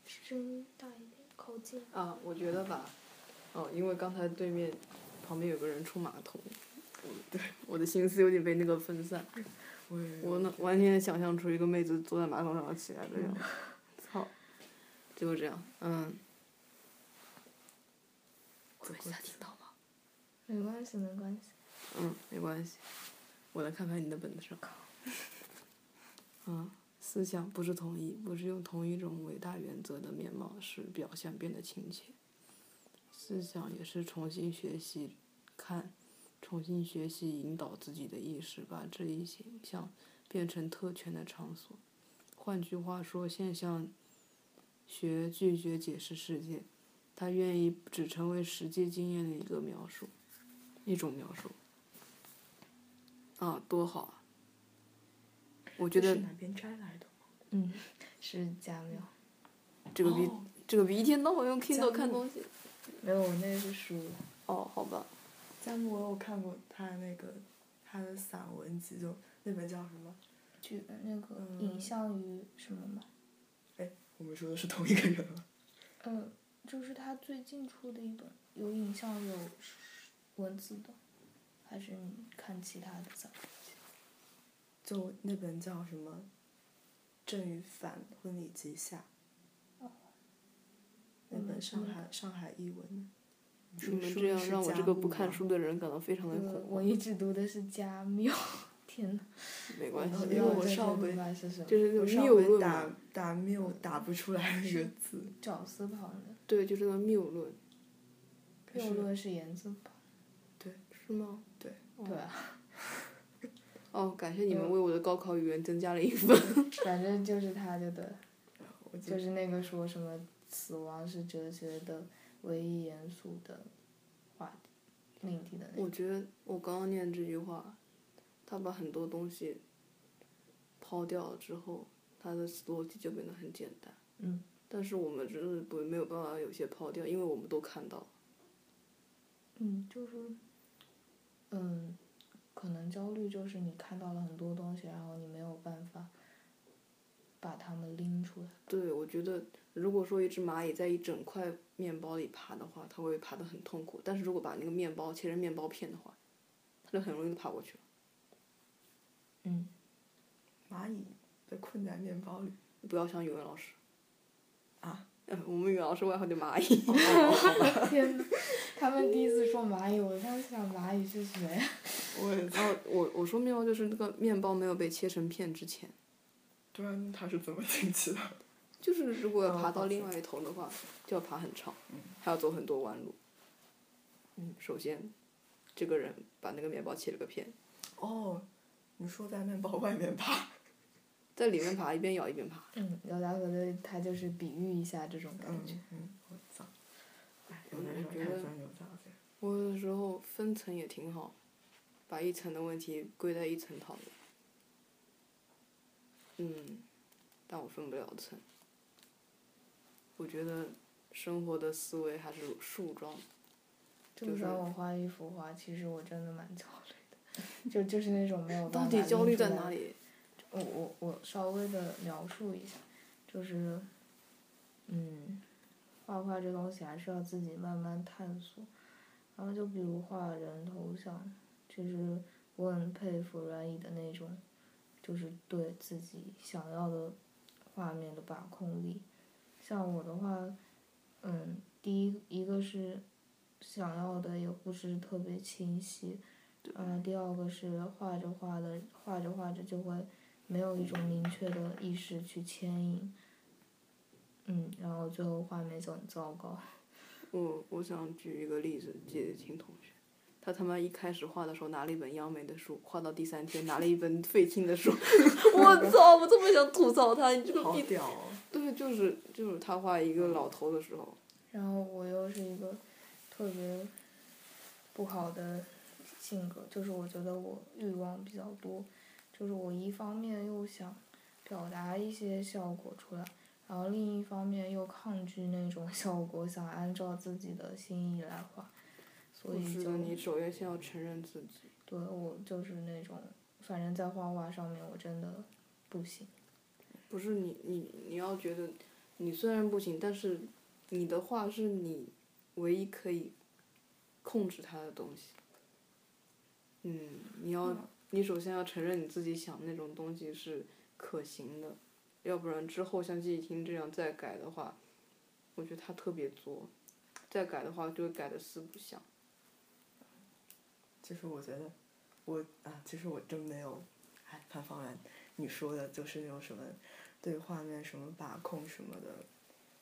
Speaker 7: 声音大一点，靠近。
Speaker 1: 啊，我觉得吧，哦，因为刚才对面旁边有个人冲马桶，我对我的心思有点被那个分散，
Speaker 8: 我也
Speaker 1: 我能完全想象出一个妹子坐在马桶上起来的 样子，操，就是这样，嗯。我被他听到吗？
Speaker 7: 没关系，没关系。
Speaker 1: 嗯，没关系，我来看看你的本子上。嗯，思想不是统一，不是用同一种伟大原则的面貌使表象变得亲切。思想也是重新学习看，重新学习引导自己的意识，把这一现象变成特权的场所。换句话说，现象学拒绝解释世界，它愿意只成为实际经验的一个描述，一种描述。啊，多好啊！我觉
Speaker 8: 这
Speaker 1: 得
Speaker 8: 是哪边摘来的吗？
Speaker 7: 嗯， 是加缪。
Speaker 1: 这
Speaker 8: 哦
Speaker 1: 个比、这个比一天到晚用 Kindle 看东西。
Speaker 7: 没有，我那是书。
Speaker 1: 哦，好吧。
Speaker 8: 佳木，我有看过他那个他的散文集，就那本叫什么？
Speaker 7: 就那个影像与什么嘛？
Speaker 8: 哎，我们说的是同一个人吗？
Speaker 7: 嗯，就是他最近出的一本，有影像有文字的，还是你看其他的散文集？
Speaker 8: 就那本叫什么《正与反婚礼及下》，
Speaker 7: 哦
Speaker 8: 那本上海上海译文的。
Speaker 1: 你们这样让我这个不看书的人感到非常的恐
Speaker 7: 我
Speaker 1: 慌。
Speaker 7: 我一直读的是加缪， 天呐。
Speaker 1: 没关系，
Speaker 7: 哎
Speaker 8: 因为我上回
Speaker 1: 就是那
Speaker 8: 我
Speaker 1: 个
Speaker 8: 上
Speaker 1: 谬
Speaker 8: 回
Speaker 1: 论
Speaker 8: 打
Speaker 1: 嘛，
Speaker 8: 打谬打不出来那个字，
Speaker 7: 绞丝旁的。
Speaker 1: 对，就是那个谬论，
Speaker 8: 可
Speaker 7: 谬
Speaker 8: 是
Speaker 7: 论是言字旁。
Speaker 8: 对
Speaker 1: 是吗？
Speaker 8: 对，
Speaker 7: 对啊，
Speaker 1: 哦，感谢你
Speaker 8: 嗯
Speaker 1: 们为我的高考语文增加了一分。
Speaker 7: 反正就是他就对了，
Speaker 8: 我记
Speaker 7: 就是那个说什么死亡是哲学的唯一严肃的话题命题的那
Speaker 1: 我觉得我刚刚念这句话，他把很多东西抛掉了之后，他的逻辑就变得很简单。
Speaker 7: 嗯。
Speaker 1: 但是我们真的不没有办法有些抛掉，因为我们都看到了。
Speaker 7: 嗯，就是，嗯，可能焦虑就是你看到了很多东西，然后你没有办法把它们拎出来。
Speaker 1: 对，我觉得如果说一只蚂蚁在一整块面包里爬的话，它会爬得很痛苦。但是如果把那个面包切成面包片的话，它就很容易地爬过去了。
Speaker 7: 嗯，
Speaker 8: 蚂蚁被困在面包里。
Speaker 1: 不要像语文老师。
Speaker 8: 啊？
Speaker 1: 嗯，我们远老师外号叫蚂蚁。
Speaker 7: 天呐，他们第一次说蚂蚁，我当时想蚂蚁是谁？啊
Speaker 1: 我然后我我说妙就是那个面包没有被切成片之前。
Speaker 8: 对啊，那他是怎么进去的？
Speaker 1: 就是如果要爬到另外一头的话，就要爬很长，还要走很多弯路。嗯，首先，这个人把那个面包切了个片。
Speaker 8: 哦，你说在面包外面爬，
Speaker 1: 在里面爬，一边咬一边爬。
Speaker 7: 嗯，有达可乐他就是比喻一下这种感觉。
Speaker 8: 嗯嗯，我操！哎，有的人
Speaker 1: 觉得我有的时候分层也挺好，把一层的问题归在一层讨论。嗯，但我分不了层。我觉得生活的思维还是树状。
Speaker 7: 这么早我画一幅画，其实我真的蛮焦虑的，就就是那种没有办
Speaker 1: 法。到底焦虑在哪里？
Speaker 7: 我我我稍微的描述一下，就是，嗯，画画这东西还是要自己慢慢探索。然后就比如画人头像，就是我很佩服阮乙的那种，就是对自己想要的画面的把控力。像我的话，嗯，第一一个是。想要的也不是特别清晰，嗯，第二个是画着画的，画着画着就会没有一种明确的意识去牵引，嗯，然后最后画面就很糟糕。
Speaker 1: 我我想举一个例子，记得清同学，他他妈一开始画的时候拿了一本央美的书，画到第三天拿了一本费钦的书， 我操！我这么想吐槽他，你这个逼
Speaker 8: 屌、
Speaker 1: 哦！对，就是就是他画一个老头的时候。
Speaker 7: 然后我又是一个。特别不好的性格，就是我觉得我欲望比较多，就是我一方面又想表达一些效果出来，然后另一方面又抗拒那种效果，想按照自己的心意来画，所以就
Speaker 1: 你首先先要承认自己。
Speaker 7: 对，我就是那种，反正在画画上面我真的不行。
Speaker 1: 不是你你你要觉得，你虽然不行，但是你的画是你。唯一可以控制它的东西，嗯，你要，你首先要承认你自己想那种东西是可行的，要不然之后像季婷这样再改的话，我觉得他特别作，再改的话就会改的四不像。
Speaker 8: 其实我觉得，我啊，其实我真没有，哎，潘方然，你说的就是那种什么对画面什么把控什么的，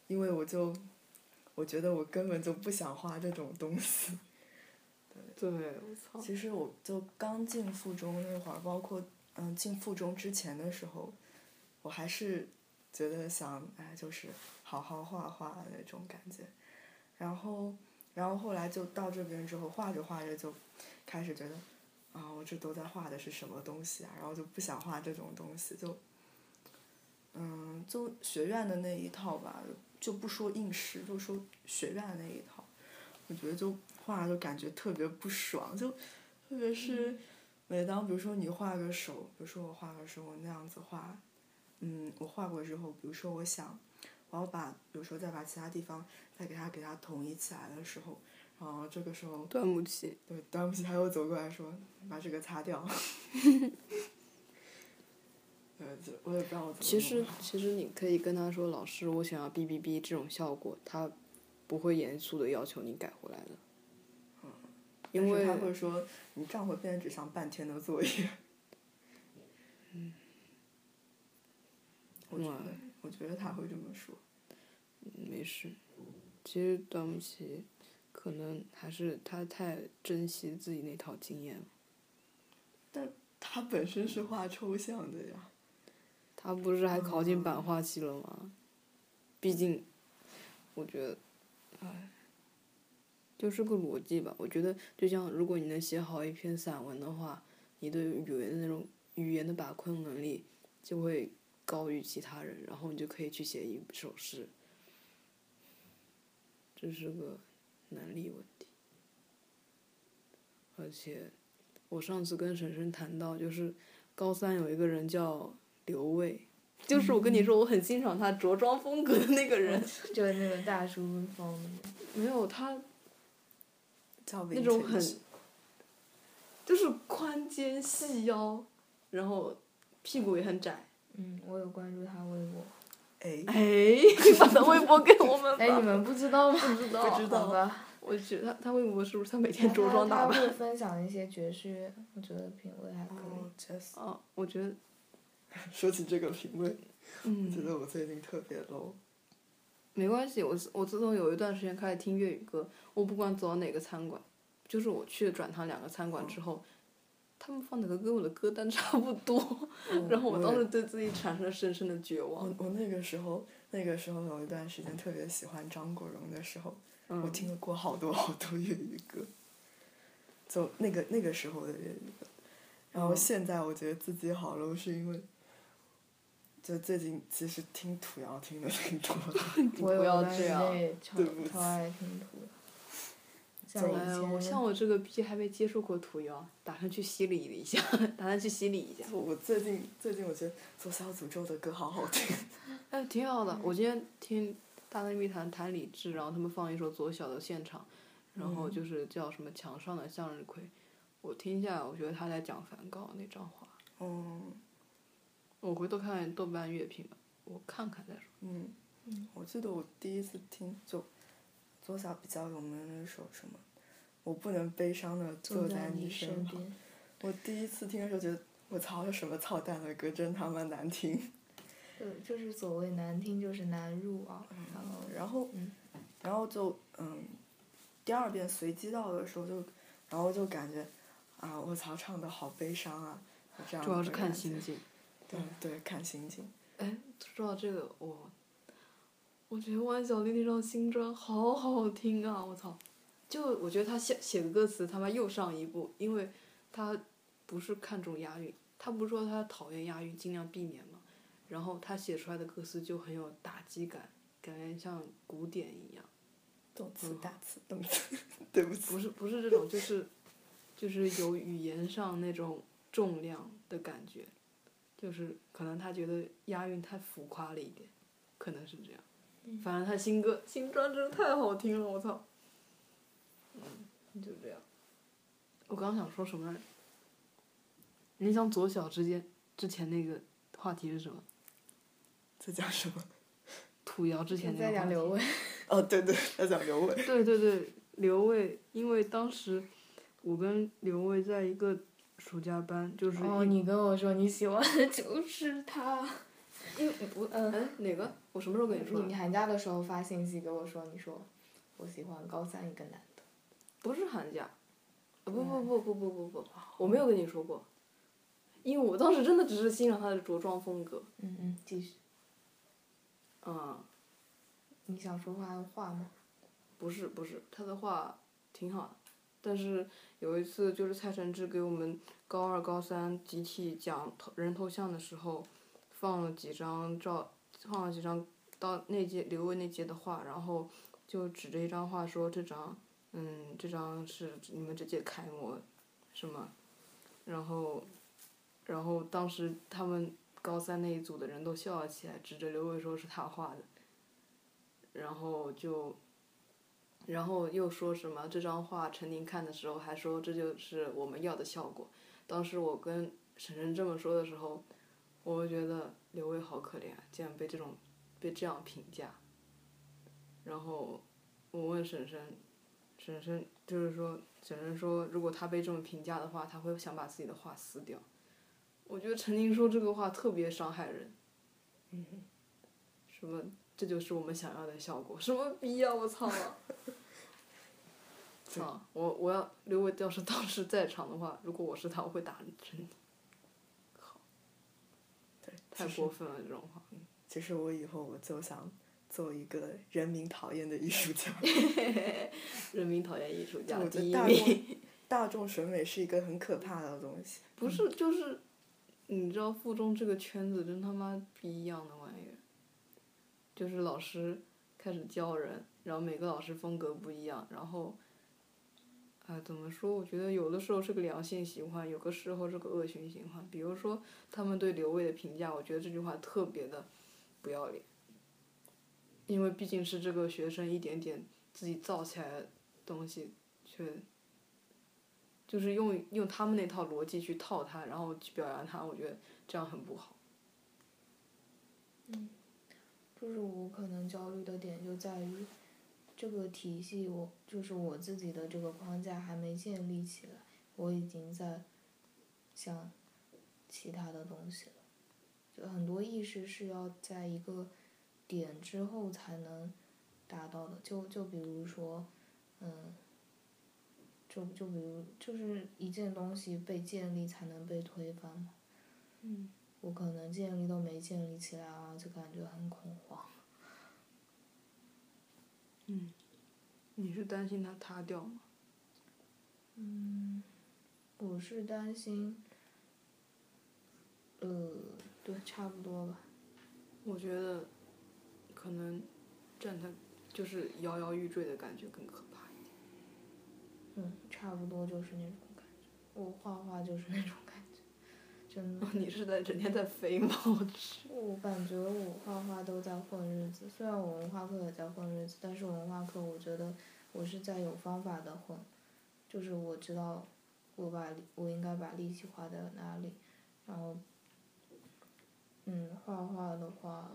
Speaker 8: 因为我就。我觉得我根本就不想画这种东西。
Speaker 1: 对，我操！
Speaker 8: 其实我就刚进附中那会儿，包括嗯进附中之前的时候，我还是觉得想哎，就是好好画画那种感觉。然后，然后后来就到这边之后，画着画着就开始觉得啊，我这都在画的是什么东西啊？然后就不想画这种东西，就嗯，就学院的那一套吧。就不说应试，就说学院的那一套，我觉得就画就感觉特别不爽，就特别
Speaker 1: 嗯
Speaker 8: 是每当比如说你画个手，比如说我画个手，我那样子画，嗯，我画过之后，比如说我想，我要把，比如说再把其他地方再给它给它统一起来的时候，然后这个时候
Speaker 1: 端木齐，
Speaker 8: 对，端木齐他又走过来说，把这个 擦掉。我也不知道怎么
Speaker 1: 其实，其实你可以跟他说：“老师，我想要 B B B 这种效果。”他不会严肃的要求你改回来的。
Speaker 8: 嗯。
Speaker 1: 因为
Speaker 8: 他会说：“你这样会变成只上半天的作业。”
Speaker 1: 嗯。
Speaker 8: 我觉得，我觉得他会这么说。
Speaker 1: 没事，其实端木齐可能还是他太珍惜自己那套经验了。
Speaker 8: 但他本身是画抽象的呀。
Speaker 1: 他不是还考进版画系了吗？毕竟，我觉得，唉，就是个逻辑吧。我觉得，就像如果你能写好一篇散文的话，你对语言的那种语言的把控能力就会高于其他人，然后你就可以去写一首诗。这是个能力问题。而且，我上次跟婶婶谈到，就是高三有一个人叫。刘卫，就是我跟你说，我很欣赏他着装风格的那个人，
Speaker 7: 就是那种大叔风。
Speaker 1: 嗯没有他，
Speaker 8: 那
Speaker 1: 种很，就是宽肩细腰，然后屁股也很窄。
Speaker 7: 嗯，我有关注他微博。
Speaker 8: 哎，
Speaker 1: 哎，把他微博给我 们吧。
Speaker 7: 哎，你们不知道吗？
Speaker 1: 不知道，
Speaker 7: 不知道
Speaker 1: 吧？我觉得他他微博是不是他每天着装打
Speaker 7: 他
Speaker 1: 扮？
Speaker 7: 会分享一些爵士，我觉得品味还可
Speaker 8: 嗯
Speaker 7: 以。
Speaker 8: Just
Speaker 1: 哦，我觉得，
Speaker 8: 说起这个品味，
Speaker 1: 嗯，
Speaker 8: 觉得我最近特别 low。
Speaker 1: 没关系，我自我自从有一段时间开始听粤语歌，我不管走到哪个餐馆，就是我去转塘两个餐馆
Speaker 8: 嗯
Speaker 1: 之后，他们放的歌跟我的歌单 差不多，
Speaker 8: 嗯
Speaker 1: 然后我当时对自己产生了深深的绝望。
Speaker 8: 我我那个时候，那个时候有一段时间特别喜欢张国荣的时候，
Speaker 1: 嗯
Speaker 8: 我听了过好多好多粤语歌，就那个那个时候的粤语歌。然
Speaker 1: 嗯
Speaker 8: 后现在我觉得自己好 low，是因为，就最近其实听土谣听的挺多的。
Speaker 7: 我有
Speaker 1: 嗯不要
Speaker 7: 段时
Speaker 1: 这样
Speaker 7: 间也超
Speaker 8: 对不起
Speaker 7: 超爱听土的，像
Speaker 1: 哎呦，我
Speaker 7: 以
Speaker 1: 像
Speaker 7: 前
Speaker 1: 我这个逼还没接触过土谣，打算去洗礼一下， 打算去洗礼一下。
Speaker 8: 我我最近最近我觉得做小诅咒的歌好好听，
Speaker 1: 哎，挺好的。我今天听大内密谈谈李志，然后他们放一首左小的现场，然后就是叫什么《墙上的向日葵》，我听下来，我觉得他在讲梵高那张画。
Speaker 8: 嗯
Speaker 1: 我回头看豆瓣乐评吧，我看看再说。
Speaker 8: 嗯，我记得我第一次听就左小比较有名的一首什么，我不能悲伤的坐
Speaker 9: 在
Speaker 8: 在
Speaker 9: 你
Speaker 8: 你
Speaker 9: 身
Speaker 8: 身
Speaker 9: 边
Speaker 8: 旁。我第一次听的时候觉得，我操，有什么操蛋的歌，真他妈难听。
Speaker 7: 对，就是所谓难听就是难入啊，
Speaker 1: 嗯
Speaker 7: 然后
Speaker 8: 然后，然后就嗯，第二遍随机到的时候就，然后就感觉，啊，我操，唱的好悲伤啊，就这样。
Speaker 1: 主要是看心。境。
Speaker 8: 对对，看心情。
Speaker 1: 哎，说到这个，我、我觉得万晓利那张新专好好听啊！我操，就我觉得他写写的歌词他妈又上一步，因为他不是看重押韵，他不是说他讨厌押韵，尽量避免嘛。然后他写出来的歌词就很有打击感，感觉像古典一样。
Speaker 8: 动词
Speaker 1: 嗯
Speaker 8: 大词动词， 对不起。
Speaker 1: 不是不是这种，就是就是有语言上那种重量的感觉，就是可能他觉得押韵太浮夸了一点，可能是这样。
Speaker 7: 嗯
Speaker 1: 反正他新歌新专真的太好听了，我操！嗯，就这样。我刚想说什么来着？你想左小之间之前那个话题是什么？
Speaker 8: 在讲什么？
Speaker 1: 土窑之前那个
Speaker 7: 在
Speaker 1: 话
Speaker 7: 讲
Speaker 1: 题
Speaker 7: 刘伟，
Speaker 8: 哦，对对，在讲 刘伟。
Speaker 1: 对对对，刘卫，因为当时我跟刘卫在一个暑假班，就是
Speaker 7: 哦，
Speaker 1: 一
Speaker 7: 你跟我说你喜欢的就是他，
Speaker 1: 因为我哎哪个？我什么时候跟你说
Speaker 7: 你
Speaker 1: 的？
Speaker 7: 寒假的时候发信息给我说，你说我喜欢高三一个男的，
Speaker 1: 不是寒假，哦呃不不不不不不不，我没有跟你说过，因为我当时真的只是欣赏他的着装风格，
Speaker 7: 嗯嗯，继续，
Speaker 1: 嗯，
Speaker 7: 你想说话的话吗？
Speaker 1: 不是不是，他的话挺好的，但是有一次就是蔡承志给我们高二高三集体讲头人头像的时候，放了几张照，放了几张到那届刘卫那届的画，然后就指着一张画说这张，嗯，这张是你们这届楷模，什么，然后，然后当时他们高三那一组的人都笑了起来，指着刘卫说是他画的，然后就。然后又说什么这张画陈宁看的时候还说这就是我们要的效果。当时我跟沈晨这么说的时候，我就觉得刘卫好可怜啊，竟然被这种被这样评价。然后我问沈晨，沈晨就是说沈晨说如果他被这么评价的话，他会想把自己的画撕掉。我觉得陈宁说这个话特别伤害人。什么这就是我们想要的效果？什么逼呀、我操啊！操！啊我我要刘伟要是当时在场的话，如果我是他，我会打人。
Speaker 8: 对，
Speaker 1: 太
Speaker 8: 其实
Speaker 1: 过分了，这种 话。
Speaker 8: 其实我以后我就想做一个人民讨厌的艺术 家。
Speaker 1: 人民讨厌艺术
Speaker 8: 就
Speaker 1: 家
Speaker 8: 我觉
Speaker 1: 第
Speaker 8: 得
Speaker 1: 一
Speaker 8: 大
Speaker 1: 名，
Speaker 8: 众大众审美是一个很可怕的东西。
Speaker 1: 不是就是，你知道附中这个圈子真他妈不一样的玩意儿，就是老师开始教人，然后每个老师风格不一样，然后。啊，怎么说？我觉得有的时候是个良性循环，有的时候是个恶性循环。比如说，他们对刘卫的评价，我觉得这句话特别的不要脸，因为毕竟是这个学生一点点自己造起来的东西，却就是用用他们那套逻辑去套他，然后去表扬他，我觉得这样很不好。
Speaker 9: 嗯，
Speaker 7: 就是我可能焦虑的点就在于，这个体系我就是我自己的这个框架还没建立起来，我已经在想其他的东西了。就很多意识是要在一个点之后才能达到的，就就比如说，嗯，就就比如就是一件东西被建立才能被推翻嘛。
Speaker 1: 嗯。
Speaker 7: 我可能建立都没建立起来啊，就感觉很恐慌。
Speaker 1: 嗯，你是担心它塌掉吗？
Speaker 7: 嗯，我是担心，呃，对，差不多吧。
Speaker 1: 我觉得，可能，站它就是摇摇欲坠的感觉更可怕一点。
Speaker 7: 嗯，差不多就是那种感觉。我画画就是那种感觉。真的、哦，
Speaker 1: 你是在整天在飞吗？我去！
Speaker 7: 我感觉我画画都在混日子，虽然我文化课也在混日子，但是文化课我觉得我是在有方法的混，就是我知道我把我应该把力气花在哪里，然后，嗯，画画的话，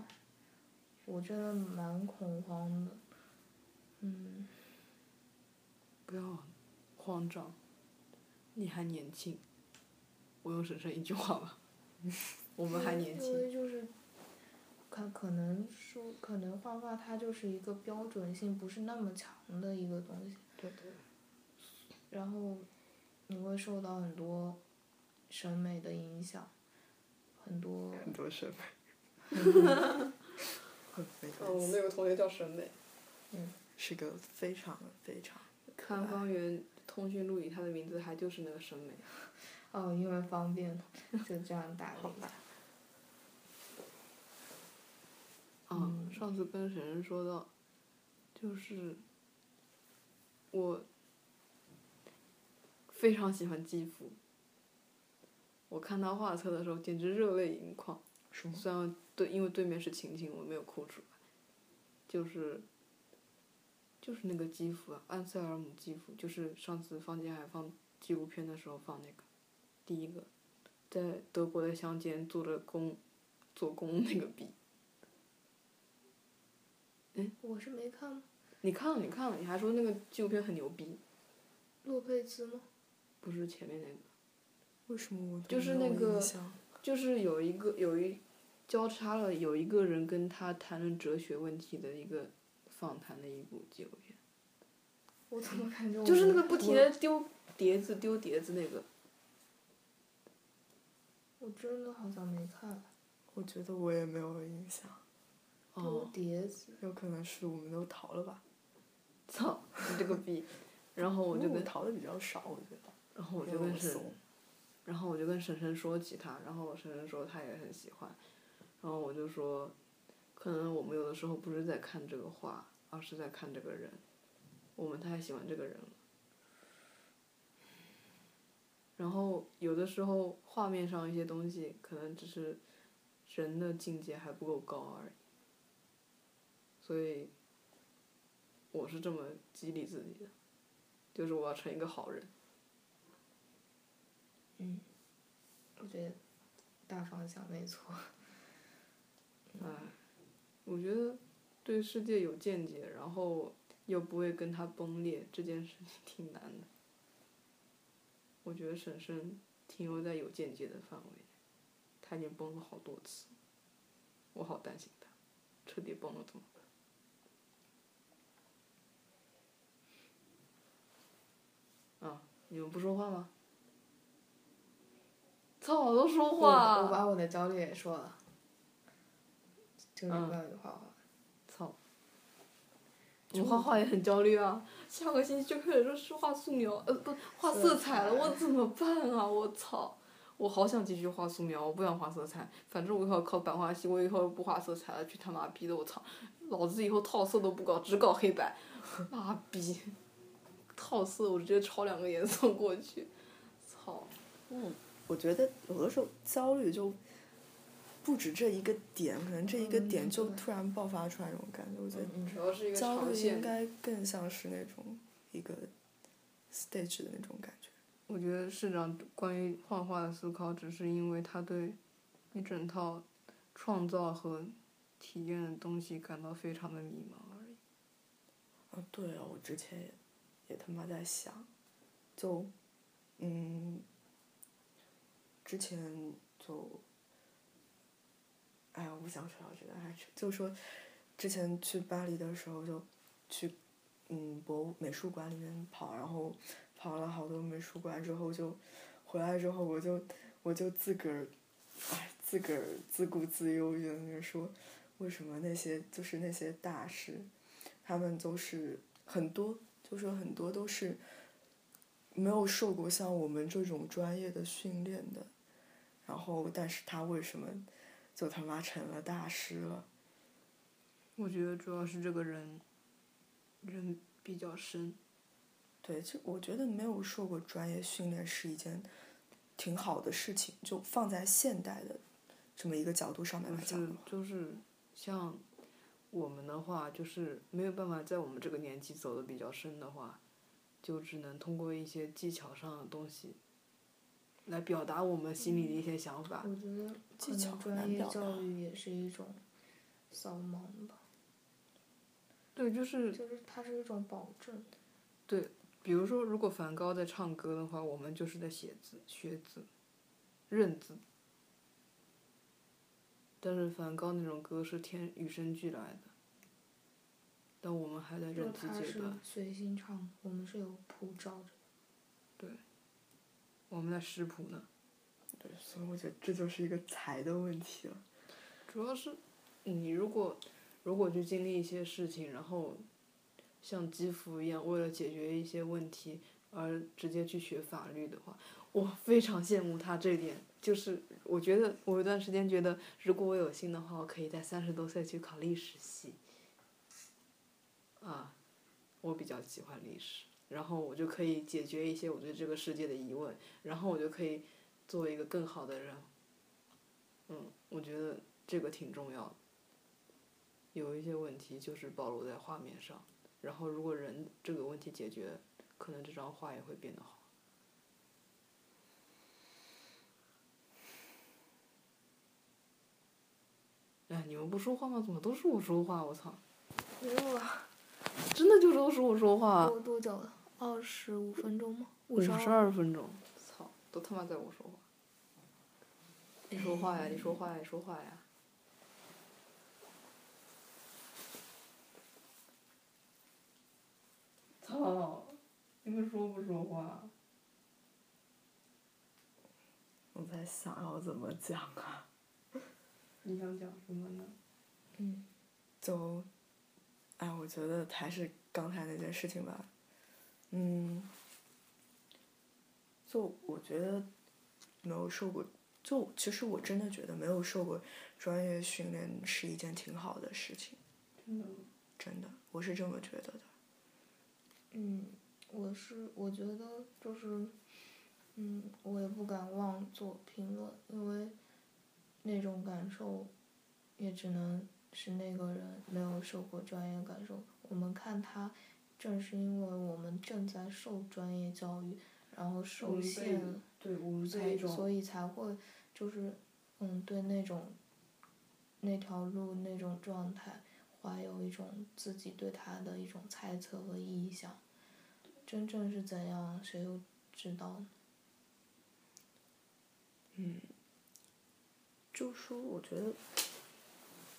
Speaker 7: 我真的蛮恐慌的，嗯，
Speaker 1: 不要慌张，你还年轻。我用婶婶一句话 吧，我们还年轻。
Speaker 7: 因为就是，可可能说，可能画画它就是一个标准性不是那么强的一个东西。
Speaker 1: 对对。
Speaker 7: 然后，你会受到很多审美的影响，很多。
Speaker 8: 很多审美。
Speaker 1: 哦，我们有个同学叫审美。
Speaker 7: 嗯。
Speaker 8: 是个非常非常。
Speaker 1: 看方圆通讯录里，他的名字还就是那个审美。啊
Speaker 7: 哦，因为方便，就这样打了一下。
Speaker 1: 嗯，上次跟婶婶说到，就是我非常喜欢基辅，我看他画册的时候简直热泪盈眶。
Speaker 8: 嗯
Speaker 1: 虽然对，因为对面是晴晴，我没有哭出来。就是就是那个基辅啊，安塞尔姆基辅，就是上次方杰海放纪录片的时候放那个。第一个，在德国的乡间做着工，做工那个笔。哎，
Speaker 7: 我是没看。
Speaker 1: 你看了，你看了，你还说那个纪录片很牛逼。
Speaker 7: 洛佩兹吗？
Speaker 1: 不是前面那个。
Speaker 8: 为什么我？
Speaker 1: 就是那个，就是有一个有一交叉了有一个人跟他谈论哲学问题的一个访谈的一部纪录片。
Speaker 7: 我怎么感觉？
Speaker 1: 就是那个不停的丢碟子丢碟子那个。
Speaker 7: 我真的好像没看。
Speaker 8: 我觉得我也没有印象。
Speaker 1: 哦
Speaker 7: 丢碟子。
Speaker 8: 有可能是我们都逃了吧。
Speaker 1: 操！ 你这个逼！然哦后我就跟
Speaker 8: 逃的比较少，我觉得。
Speaker 1: 然后我就跟婶，然后我就跟婶婶说起他，然后婶婶说她也很喜欢，然后我就说，可能我们有的时候不是在看这个画，而是在看这个人，我们太喜欢这个人了。然后有的时候画面上一些东西可能只是人的境界还不够高而已，所以我是这么激励自己的，就是我要成一个好人。
Speaker 7: 嗯，我觉得大方向没错。
Speaker 1: 哎，我觉得对世界有见解，然后又不会跟他崩裂，这件事情挺难的。我觉得婶婶停留在有见解的范围内，她已经崩了好多次，我好担心她，彻底崩了怎么办？啊，你们不说话吗？操，我都说话
Speaker 7: 我。我把我的焦虑也说了，就是关于画画。
Speaker 1: 操！我画画也很焦虑啊。下个星期就开始说画素描，呃不，画色彩了，我怎么办啊！我操，我好想继续画素描，我不想画色彩，反正我以后考版画系，我以后不画色彩了，去他妈逼的！我操，老子以后套色都不搞，只搞黑白，妈逼，套色我直接抄两个颜色过去，操！
Speaker 8: 嗯，我觉得有的时候焦虑就不止这一个点，可能这一个
Speaker 1: 嗯
Speaker 8: 点就突然爆发出来那种感觉。我觉得焦虑应该更像是那种一个 stage 的那种感觉。
Speaker 1: 我觉得市长关于画画的思考，只是因为他对一整套创造和体验的东西感到非常的迷茫而已。
Speaker 8: 哦，对啊，我之前也也他妈在想，就嗯，之前就，哎呀，我不想说了，真的还是就说，之前去巴黎的时候就去嗯博物美术馆里面跑，然后跑了好多美术馆之后就回来之后我就我就自个儿。哎，自个儿自顾自忧，就那说，为什么那些就是那些大师，他们都是很多，就是很多都是没有受过像我们这种专业的训练的，然后但是他为什么就他妈成了大师了？
Speaker 1: 我觉得主要是这个人，人比较深。
Speaker 8: 对，其实我觉得没有受过专业训练是一件。挺好的事情，就放在现代的这么一个角度上面来讲
Speaker 1: 的话，就是像我们的话，就是没有办法在我们这个年纪走的比较深的话，就只能通过一些技巧上的东西来表达我们心里的一些想法。
Speaker 7: 我觉得
Speaker 8: 技巧
Speaker 7: 专业教育也是一种扫盲吧。
Speaker 1: 对，就是
Speaker 7: 就是它是一种保证。
Speaker 1: 对。比如说，如果梵高在唱歌的话，我们就是在写字、学字、认字。但是梵高那种歌是天与生俱来的，但我们还在认字阶段。
Speaker 7: 随心唱，我们是有谱照着。
Speaker 1: 对，我们在识谱呢。
Speaker 8: 对，所以我觉得这就是一个才的问题了。
Speaker 1: 主要是，你如果如果去经历一些事情，然后。像基辅一样，为了解决一些问题而直接去学法律的话，我非常羡慕他这点。就是我觉得我有段时间觉得，如果我有心的话，我可以在三十多岁去考历史系。啊，我比较喜欢历史，然后我就可以解决一些我对这个世界的疑问，然后我就可以做一个更好的人。嗯，我觉得这个挺重要的。有一些问题就是暴露在画面上。然后，如果人这个问题解决，可能这张画也会变得好。哎，你们不说话吗？怎么都是我说话？我操！
Speaker 7: 没有啊。
Speaker 1: 真的就都是我说话。啊
Speaker 7: 多多久了？二十五分钟吗？
Speaker 1: 五
Speaker 7: 十
Speaker 1: 二分钟。操！都他妈在我说话。你说话呀！你说话呀！你说话呀！哦，你们说不说话？
Speaker 8: 我在想要怎么讲啊？
Speaker 1: 你想讲什么呢？
Speaker 7: 嗯，
Speaker 8: 就，哎，我觉得还是刚才那件事情吧。嗯，就我觉得没有受过，就其实我真的觉得没有受过专业训练是一件挺好的事情。
Speaker 1: 真的吗？
Speaker 8: 真的，我是这么觉得的。
Speaker 7: 嗯，我是我觉得就是，嗯，我也不敢妄做评论，因为那种感受，也只能是那个人没有受过专业感受。我们看他，正是因为我们正在受专业教育，然后受限了，
Speaker 1: 对我们
Speaker 7: 才
Speaker 1: 种，
Speaker 7: 所以才会就是，嗯，对那种那条路那种状态。怀有一种自己对他的一种猜测和臆想，真正是怎样，谁又知道呢？
Speaker 8: 嗯，就说我觉得，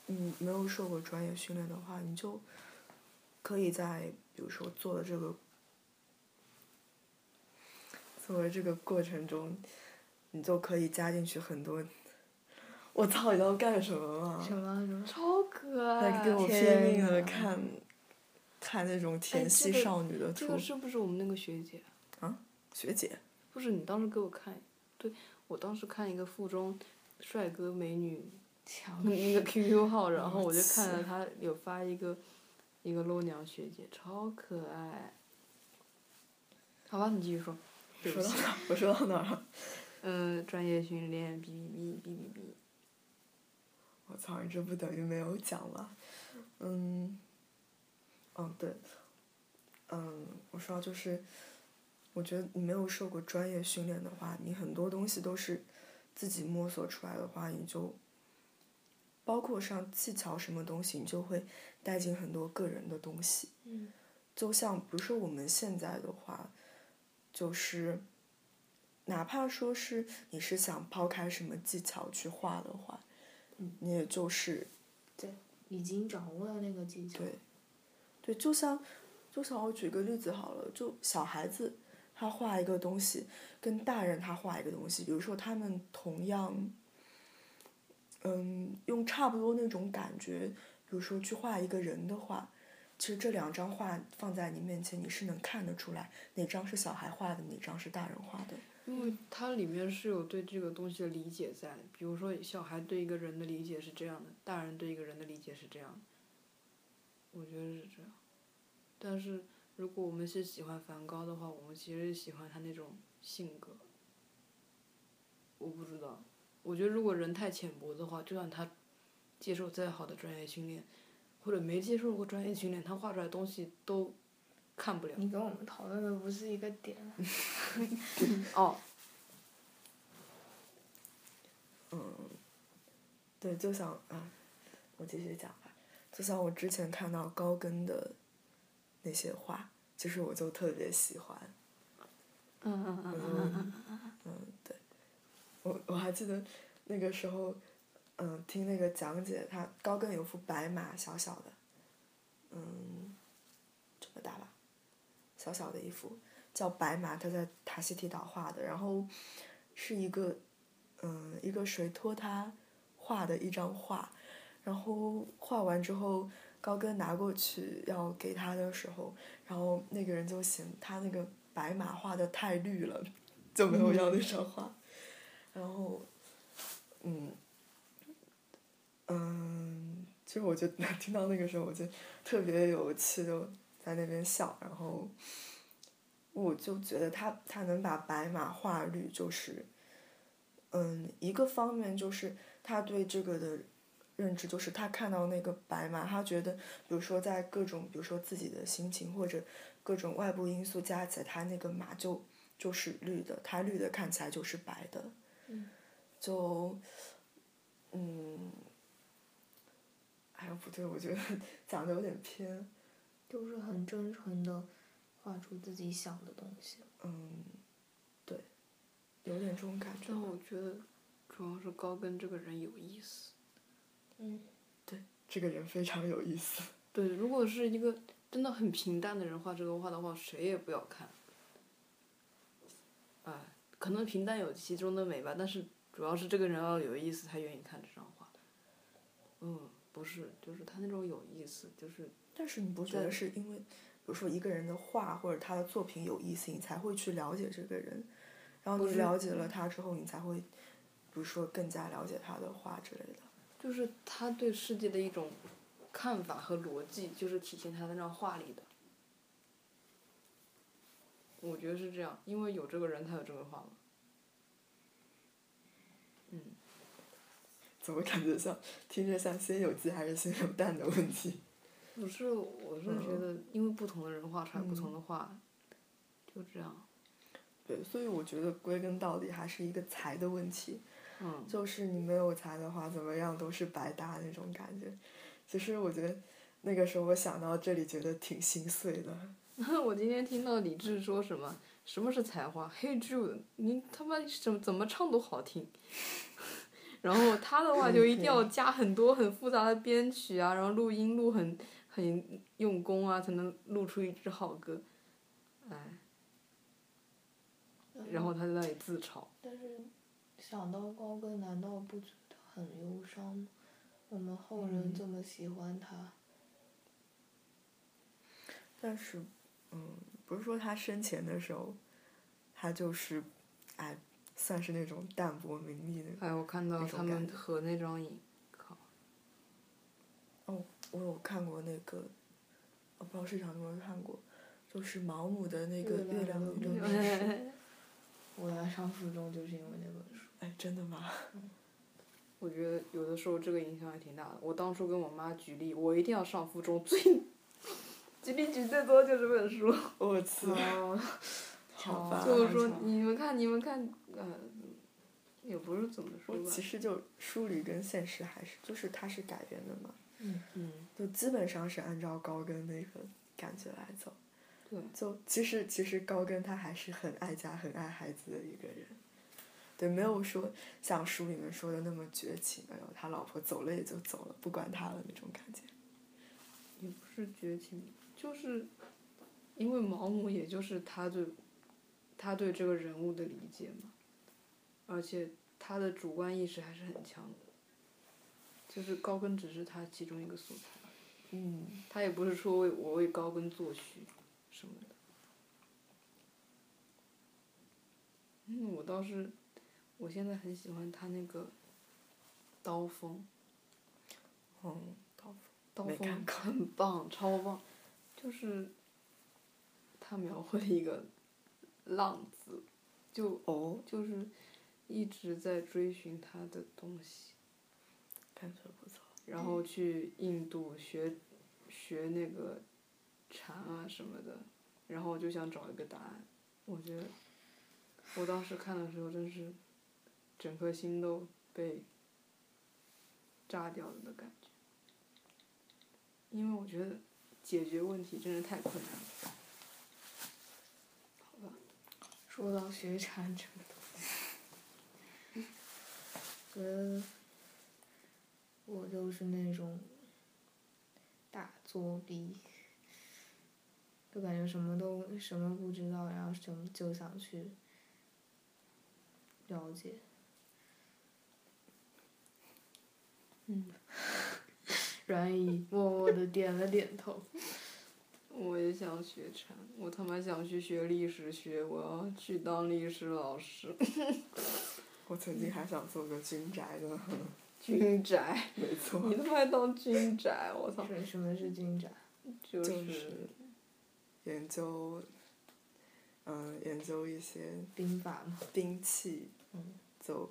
Speaker 8: 嗯，没有受过专业训练的话，你就可以在比如说做的这个做的这个过程中，你就可以加进去很多。我操！你知道干什么吗？
Speaker 7: 什么啊什么？
Speaker 1: 超啊可爱！
Speaker 8: 他给我拼命的看，看那种甜
Speaker 1: 系
Speaker 8: 少女的图、
Speaker 1: 哎哎这个。这个是不是我们那个学姐？
Speaker 8: 啊，学姐。
Speaker 1: 不是你当时给我看，对我当时看一个附中，帅哥美女，那个 QQ 号，然后我就看了他有发一个，一个搂娘学姐，超可爱。好吧，你继续说。
Speaker 8: 说到哪？我说到哪了？
Speaker 1: 嗯，专业训练，哔哔哔哔哔哔。
Speaker 8: 我操，你这不等于没有讲吗？嗯，嗯对，嗯，我说就是，我觉得你没有受过专业训练的话，你很多东西都是自己摸索出来的话，你就包括上技巧什么东西，你就会带进很多个人的东西。
Speaker 9: 嗯，
Speaker 8: 就像比如说我们现在的话，就是哪怕说是你是想抛开什么技巧去画的话，
Speaker 9: 嗯、
Speaker 8: 你也就是
Speaker 9: 对已经掌握了那个技巧。
Speaker 8: 对，对，就像就像我举个例子好了，就小孩子他画一个东西，跟大人他画一个东西，比如说他们同样。嗯，用差不多那种感觉，比如说去画一个人的话，其实这两张画放在你面前，你是能看得出来哪张是小孩画的，哪张是大人画的。
Speaker 1: 因为它里面是有对这个东西的理解在，比如说小孩对一个人的理解是这样的，大人对一个人的理解是这样的，我觉得是这样。但是如果我们是喜欢梵高的话，我们其实喜欢他那种性格。我不知道。我觉得，如果人太浅薄的话，就算他接受再好的专业训练，或者没接受过专业训练，他画出来东西都看不了。
Speaker 7: 嗯
Speaker 9: 你跟我们讨论的不是一个 点。
Speaker 1: 哦。
Speaker 8: 嗯，对，就像啊，我继续讲吧。就像我之前看到高跟的那些画，其实我就特别喜欢。
Speaker 1: 嗯嗯嗯嗯
Speaker 8: 嗯。嗯，对。我我还记得那个时候，嗯，听那个讲解，他高更有幅白马，小小的，嗯，这么大吧，小小的一幅，叫白马，他在塔希提岛画的，然后是一个，嗯，一个谁托他画的一张画，然后画完之后，高更拿过去要给他的时候，然后那个人就嫌他那个白马画的太绿了，就没有要那张画。嗯 然后，嗯，嗯，其实我就 听到那个时候，我就特别有气，就在那边笑。然后，我就觉得他他能把白马画绿，就是，嗯，一个方面就是他对这个的认知，就是他看到那个白马，他觉得，比如说在各种，比如说自己的心情或者各种外部因素加起来，他那个马就就是绿的，它绿的看起来就是白的。就，嗯，哎呀，不对，我觉得 讲的有点偏，
Speaker 9: 就是很真诚的画出自己想的东西。
Speaker 8: 嗯，对，有点这种感觉。
Speaker 1: 但我觉得，主要是高跟这个人有意思。
Speaker 9: 嗯，
Speaker 8: 对，这个人非常有意思。
Speaker 1: 对，如果是一个真的很平淡的人画这个画的话，谁也不要看。哎，可能平淡有其中的美吧，但是。主要是这个人要有意思，才愿意看这张画。嗯，不是，就是他那种有意思，就是。
Speaker 8: 但是你不觉得是因为，比如说一个人的画或者他的作品有意思，你才会去了解这个人，然后你了解了他之后，你才会，比如说更加了解他的画之类的。
Speaker 1: 就是他对世界的一种看法和逻辑，就是体现他那张画里的。我觉得是这样，因为有这个人才有这个画嘛。嗯，
Speaker 8: 怎么感觉像听着像先有鸡还是先有蛋的问题？
Speaker 1: 不是，我是觉得，因为不同的人画出来不同的画，
Speaker 8: 嗯、
Speaker 1: 就这样。
Speaker 8: 对，所以我觉得归根到底还是一个才的问题。
Speaker 1: 嗯。
Speaker 8: 就是你没有才的话，怎么样都是白搭那种感觉。其实我觉得那个时候我想到这里，觉得挺心碎的。
Speaker 1: 我今天听到李志说什么？什么是才华？黑 Jude，你他妈怎么怎么唱都好听。 然后他的话就一定要加很多很复杂的编曲啊，然后录音录很很用功啊，才能录出一支好歌。哎。然后他在那里自嘲。
Speaker 9: 但是，想到高跟，难道不觉得很忧伤吗？我们后
Speaker 7: 嗯
Speaker 9: 人这么喜欢他。
Speaker 8: 嗯、但是，嗯。不是说他生前的时候，他就是，哎，算是那种淡泊名利的。
Speaker 1: 哎，我看到他们合那张影， 靠！
Speaker 8: 哦，我有看过那个，我不知道市场有没有看过，就是毛姆的那个《月亮与六
Speaker 9: 便我来上初中就是因为那本书。
Speaker 8: 哎，真的吗？
Speaker 9: 嗯、
Speaker 1: 我觉得有的时候这个影响还挺大的。我当初跟我妈举例，我一定要上附中最。举例举最多就这本 书，
Speaker 8: 我操！
Speaker 1: 哦、
Speaker 8: 好吧。啊
Speaker 1: 就是说，你们看，你们看，呃，也不是怎么说吧。
Speaker 8: 其实就书里跟现实还是，就是它是改编的嘛。
Speaker 1: 嗯嗯。
Speaker 8: 就基本上是按照高跟那个感觉来走。
Speaker 1: 对。
Speaker 8: 就其实其实高跟他还是很爱家、很爱孩子的一个人。对，没有说像书里面说的那么绝情，哎呦，他老婆走了也就走了，不管他了那种感觉。
Speaker 1: 也不是绝情，就是因为毛姆，也就是他对，他对这个人物的理解嘛，而且他的主观意识还是很强的，就是高跟只是他其中一个素材。
Speaker 8: 嗯。
Speaker 1: 他也不是说为我为高跟作序，什么的。嗯，我倒是。我现在很喜欢他那个刀锋，
Speaker 8: 嗯，刀锋，
Speaker 1: 刀锋很棒，超棒，就是他描绘一个浪子，就
Speaker 8: 哦，
Speaker 1: 就是一直在追寻他的东西，
Speaker 8: 感觉不错。
Speaker 1: 然后去印度学学那个禅啊什么的，然后就想找一个答案。我觉得我当时看的时候真是。整颗心都被炸掉了的感觉，因为我觉得解决问题真是太困难了。好吧，
Speaker 9: 说到学禅这个东西，觉得我就是那种大作逼，就感觉什么都什么不知道，然后什么就想去了解。
Speaker 1: 嗯，
Speaker 9: 阮姨默默的点了点头。
Speaker 1: 我也想学禅，我他妈想去学历史学，我要去当历史老师。
Speaker 8: 我曾经还想做个军宅呢。
Speaker 1: 军宅？
Speaker 8: 没错。
Speaker 1: 你他妈当军宅，我操！
Speaker 9: 什么是军宅？
Speaker 1: 就是、
Speaker 8: 就是、研究，嗯、呃，研究一些
Speaker 9: 兵法嘛，
Speaker 8: 兵器，
Speaker 9: 嗯，
Speaker 8: 就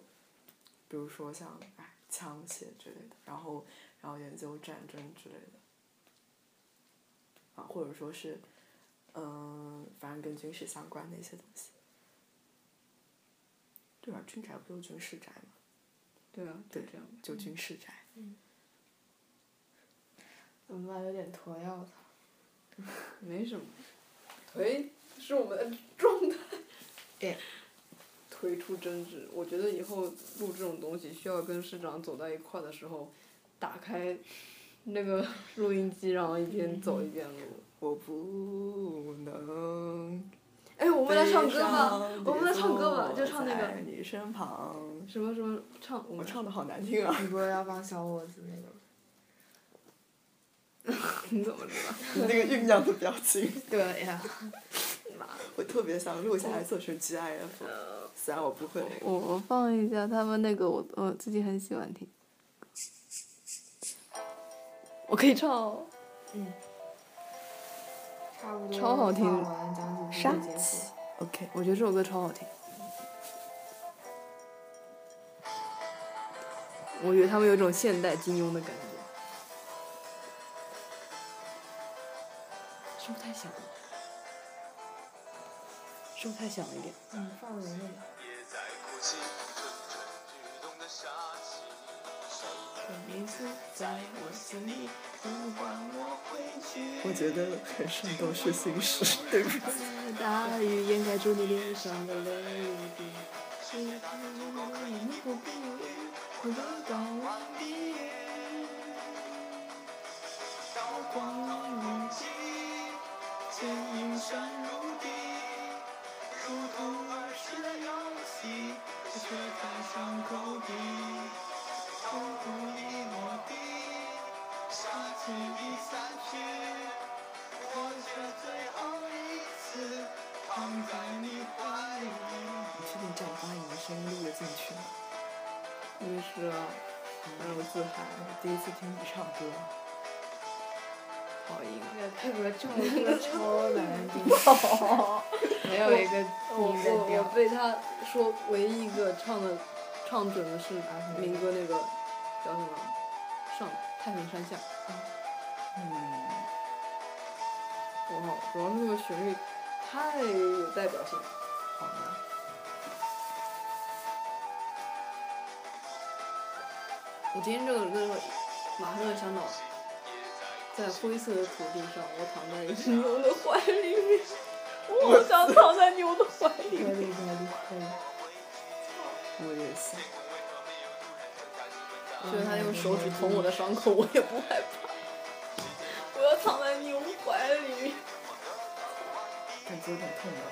Speaker 8: 比如说像哎。枪械之类的，然后，然后研究战争之类的，啊，或者说是，嗯、呃，反正跟军事相关的一些东西。对啊，军宅不就军事宅吗？
Speaker 1: 对啊，
Speaker 8: 对，
Speaker 1: 这样
Speaker 8: 就军事宅。
Speaker 9: 嗯。怎么办？有点驼呀！我操。
Speaker 1: 没什么，腿是我们的状 态。
Speaker 9: 对。
Speaker 1: 推出争执，我觉得以后录这种东西需要跟市长走到一块的时候，打开那个录音机，然后一边走一边录。
Speaker 8: 我不能。
Speaker 1: 哎，我们来唱歌吧！我们来唱歌吧，就唱那个。嗯
Speaker 8: 你身旁。
Speaker 1: 什么什么唱？
Speaker 8: 我唱的好难听啊！
Speaker 9: 你不是要放小伙子那个？
Speaker 1: 你怎么知道？
Speaker 8: 你那个酝酿的表情。
Speaker 9: 对呀、啊。
Speaker 8: 我特别想录下来做成 GIF，虽然我不会。
Speaker 1: 我我放一下他们那个，我我自己很喜欢听。我可以唱、哦。
Speaker 9: 嗯。差不多。
Speaker 1: 超好听。
Speaker 8: 杀。OK，
Speaker 1: 我觉得这首歌超好听。我觉得他们有一种现代金庸的感觉。是不是太响了？声太小一点。
Speaker 9: 嗯，放容易。
Speaker 8: 我觉得很生动是心事，对不 起。
Speaker 1: 大雨掩盖住你脸上的泪滴。
Speaker 10: 如同儿时的游戏，却在伤口底，痛苦里落地，沙子已散去，活着最后一次，躺在你怀里。
Speaker 8: 你确定这样把你的声音录得进去吗？
Speaker 1: 没事啊，让我自嗨。
Speaker 8: 我第一次听你唱歌，
Speaker 1: 好音啊！
Speaker 9: 配合唱歌超难听。没有一个
Speaker 1: 哦我我我被他说唯一一个唱的唱准的是民歌那个叫什么上太平山下，
Speaker 8: 嗯，
Speaker 1: 我靠，主要是那个旋律太有代表性了，
Speaker 8: 好的。
Speaker 1: 我今天这个这个马上就想到，在灰色的土地上，我躺在一只牛的怀里面，我好想躺在牛的怀里面。
Speaker 8: 我也是。
Speaker 1: 就是他用手指捅我的伤口，我也不害怕。我要躺在牛怀里面。
Speaker 8: 感觉有点痛啊。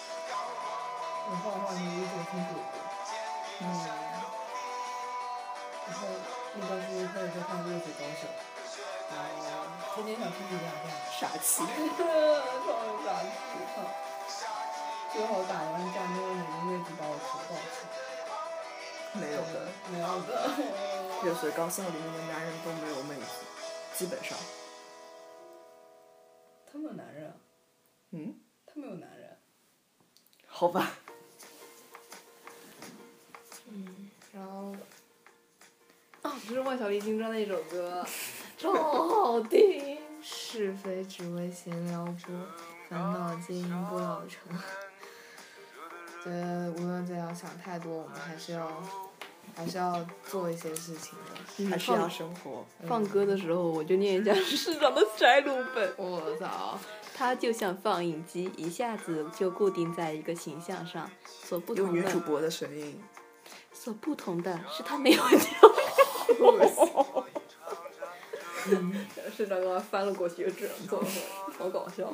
Speaker 11: 我画画你有一种痛苦，
Speaker 8: 嗯，
Speaker 11: 然后一般是开始看热水搞手，哦，天天想出去两下，
Speaker 8: 傻气
Speaker 11: 超傻气，操！最后打完战那个女的妹子把我头抱起来，
Speaker 8: 没有的，
Speaker 11: 没有的，
Speaker 8: 热血高校里面的男人都没有妹子，基本上。
Speaker 11: 他们有男人啊，
Speaker 8: 嗯，
Speaker 11: 他们有男人，
Speaker 8: 好吧。
Speaker 7: 嗯，然后
Speaker 1: 啊，就是万晓利金专的一首歌，超好听。
Speaker 7: 是非只为闲聊拨，烦恼皆因不老成。觉得无论怎样想太多，我们还是要，还是要做一些事情的，
Speaker 8: 还是要生活。
Speaker 1: 放歌的时候，我就念一下 市长的摘录本。
Speaker 7: 我操！
Speaker 1: 它就像放映机，一下子就固定在一个形象上，所不同
Speaker 8: 用
Speaker 1: 的。
Speaker 8: 女主播的声音。
Speaker 1: 所不同的是，他没有
Speaker 8: 掉。
Speaker 1: 市长刚刚翻了过去，又这样做回来，好搞笑。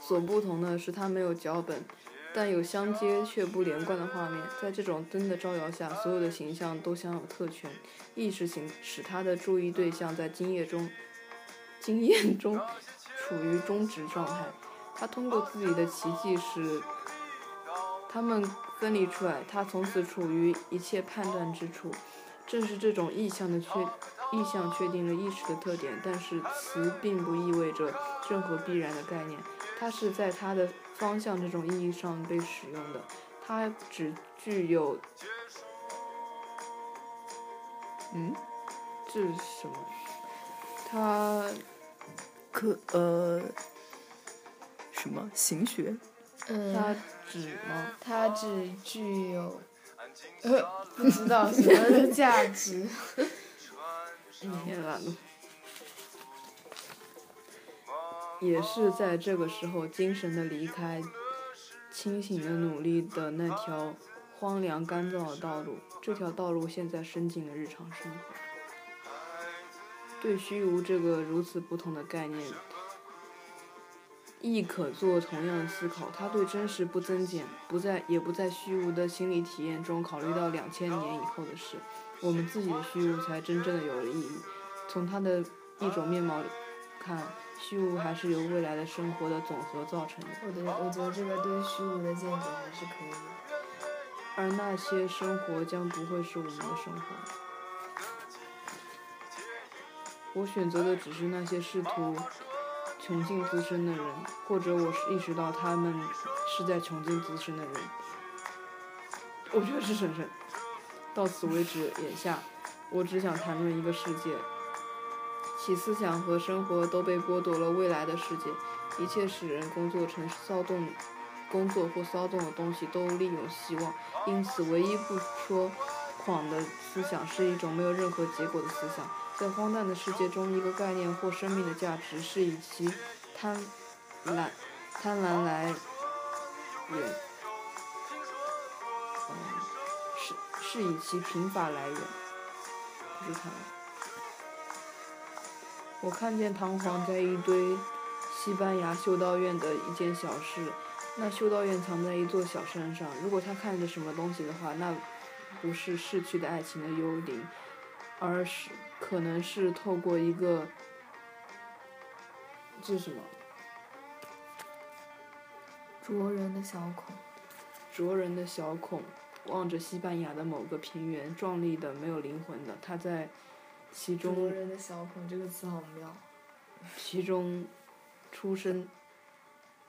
Speaker 1: 所不同的是，他没有脚本，但有相接却不连贯的画面。在这种灯的招摇下，所有的形象都享有特权。意识形使他的注意对象在经验中，经验中处于终止状态。他通过自己的奇迹使他们分离出来，他从此处于一切判断之处。正是这种意象的确意象确定了意识的特点，但是词并不意味着任何必然的概念，它是在它的方向这种意义上被使用的，它只具有，
Speaker 8: 嗯，
Speaker 1: 这是什么？它
Speaker 8: 可呃什么行学？
Speaker 7: 嗯，
Speaker 1: 它只吗？
Speaker 7: 它只具有，呃，不知道什么的价值。
Speaker 1: 天啊呐！也是在这个时候，精神的离开，清醒的努力的那条荒凉干燥的道路，这条道路现在伸进了日常生活。对虚无这个如此不同的概念，亦可做同样的思考。他对真实不增减，不在也不在虚无的心理体验中考虑到两千年以后的事。我们自己的虚无才真正的有了意义。从它的一种面貌看，虚无还是由未来的生活的总和造成的。
Speaker 7: 我觉得，我觉得这个对虚无的见解还是可以的。
Speaker 1: 而那些生活将不会是我们的生活。我选择的只是那些试图穷尽自身的人，或者我意识到他们是在穷尽自身的人。我觉得是婶婶。到此为止，眼下，我只想谈论一个世界，其思想和生活都被剥夺了未来的世界，一切使人工作成骚动、工作或骚动的东西都利用希望，因此唯一不说谎的思想是一种没有任何结果的思想。在荒诞的世界中，一个概念或生命的价值是以其贪婪、贪婪来源。嗯是是以其贫乏来源，不是他。我看见唐璜在一堆西班牙修道院的一间小室，那修道院藏在一座小山上。如果他看着什么东西的话，那不是逝去的爱情的幽灵，而是可能是透过一个这是什么
Speaker 7: 灼人的小孔，
Speaker 1: 灼人的小孔。望着西班牙的某个平原，壮丽的、没有灵魂的，他在其中。
Speaker 7: 灼人的小孔这个词好妙。
Speaker 1: 其中出生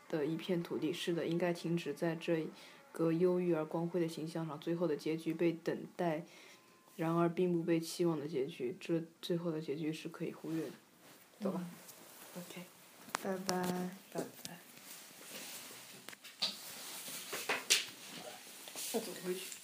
Speaker 1: 的一片土地。是的，应该停止在这个忧郁而光辉的形象上。最后的结局被等待，然而并不被期望的结局，这最后的结局是可以忽略的。走吧。
Speaker 8: OK，拜拜。
Speaker 1: 拜拜。我走回去。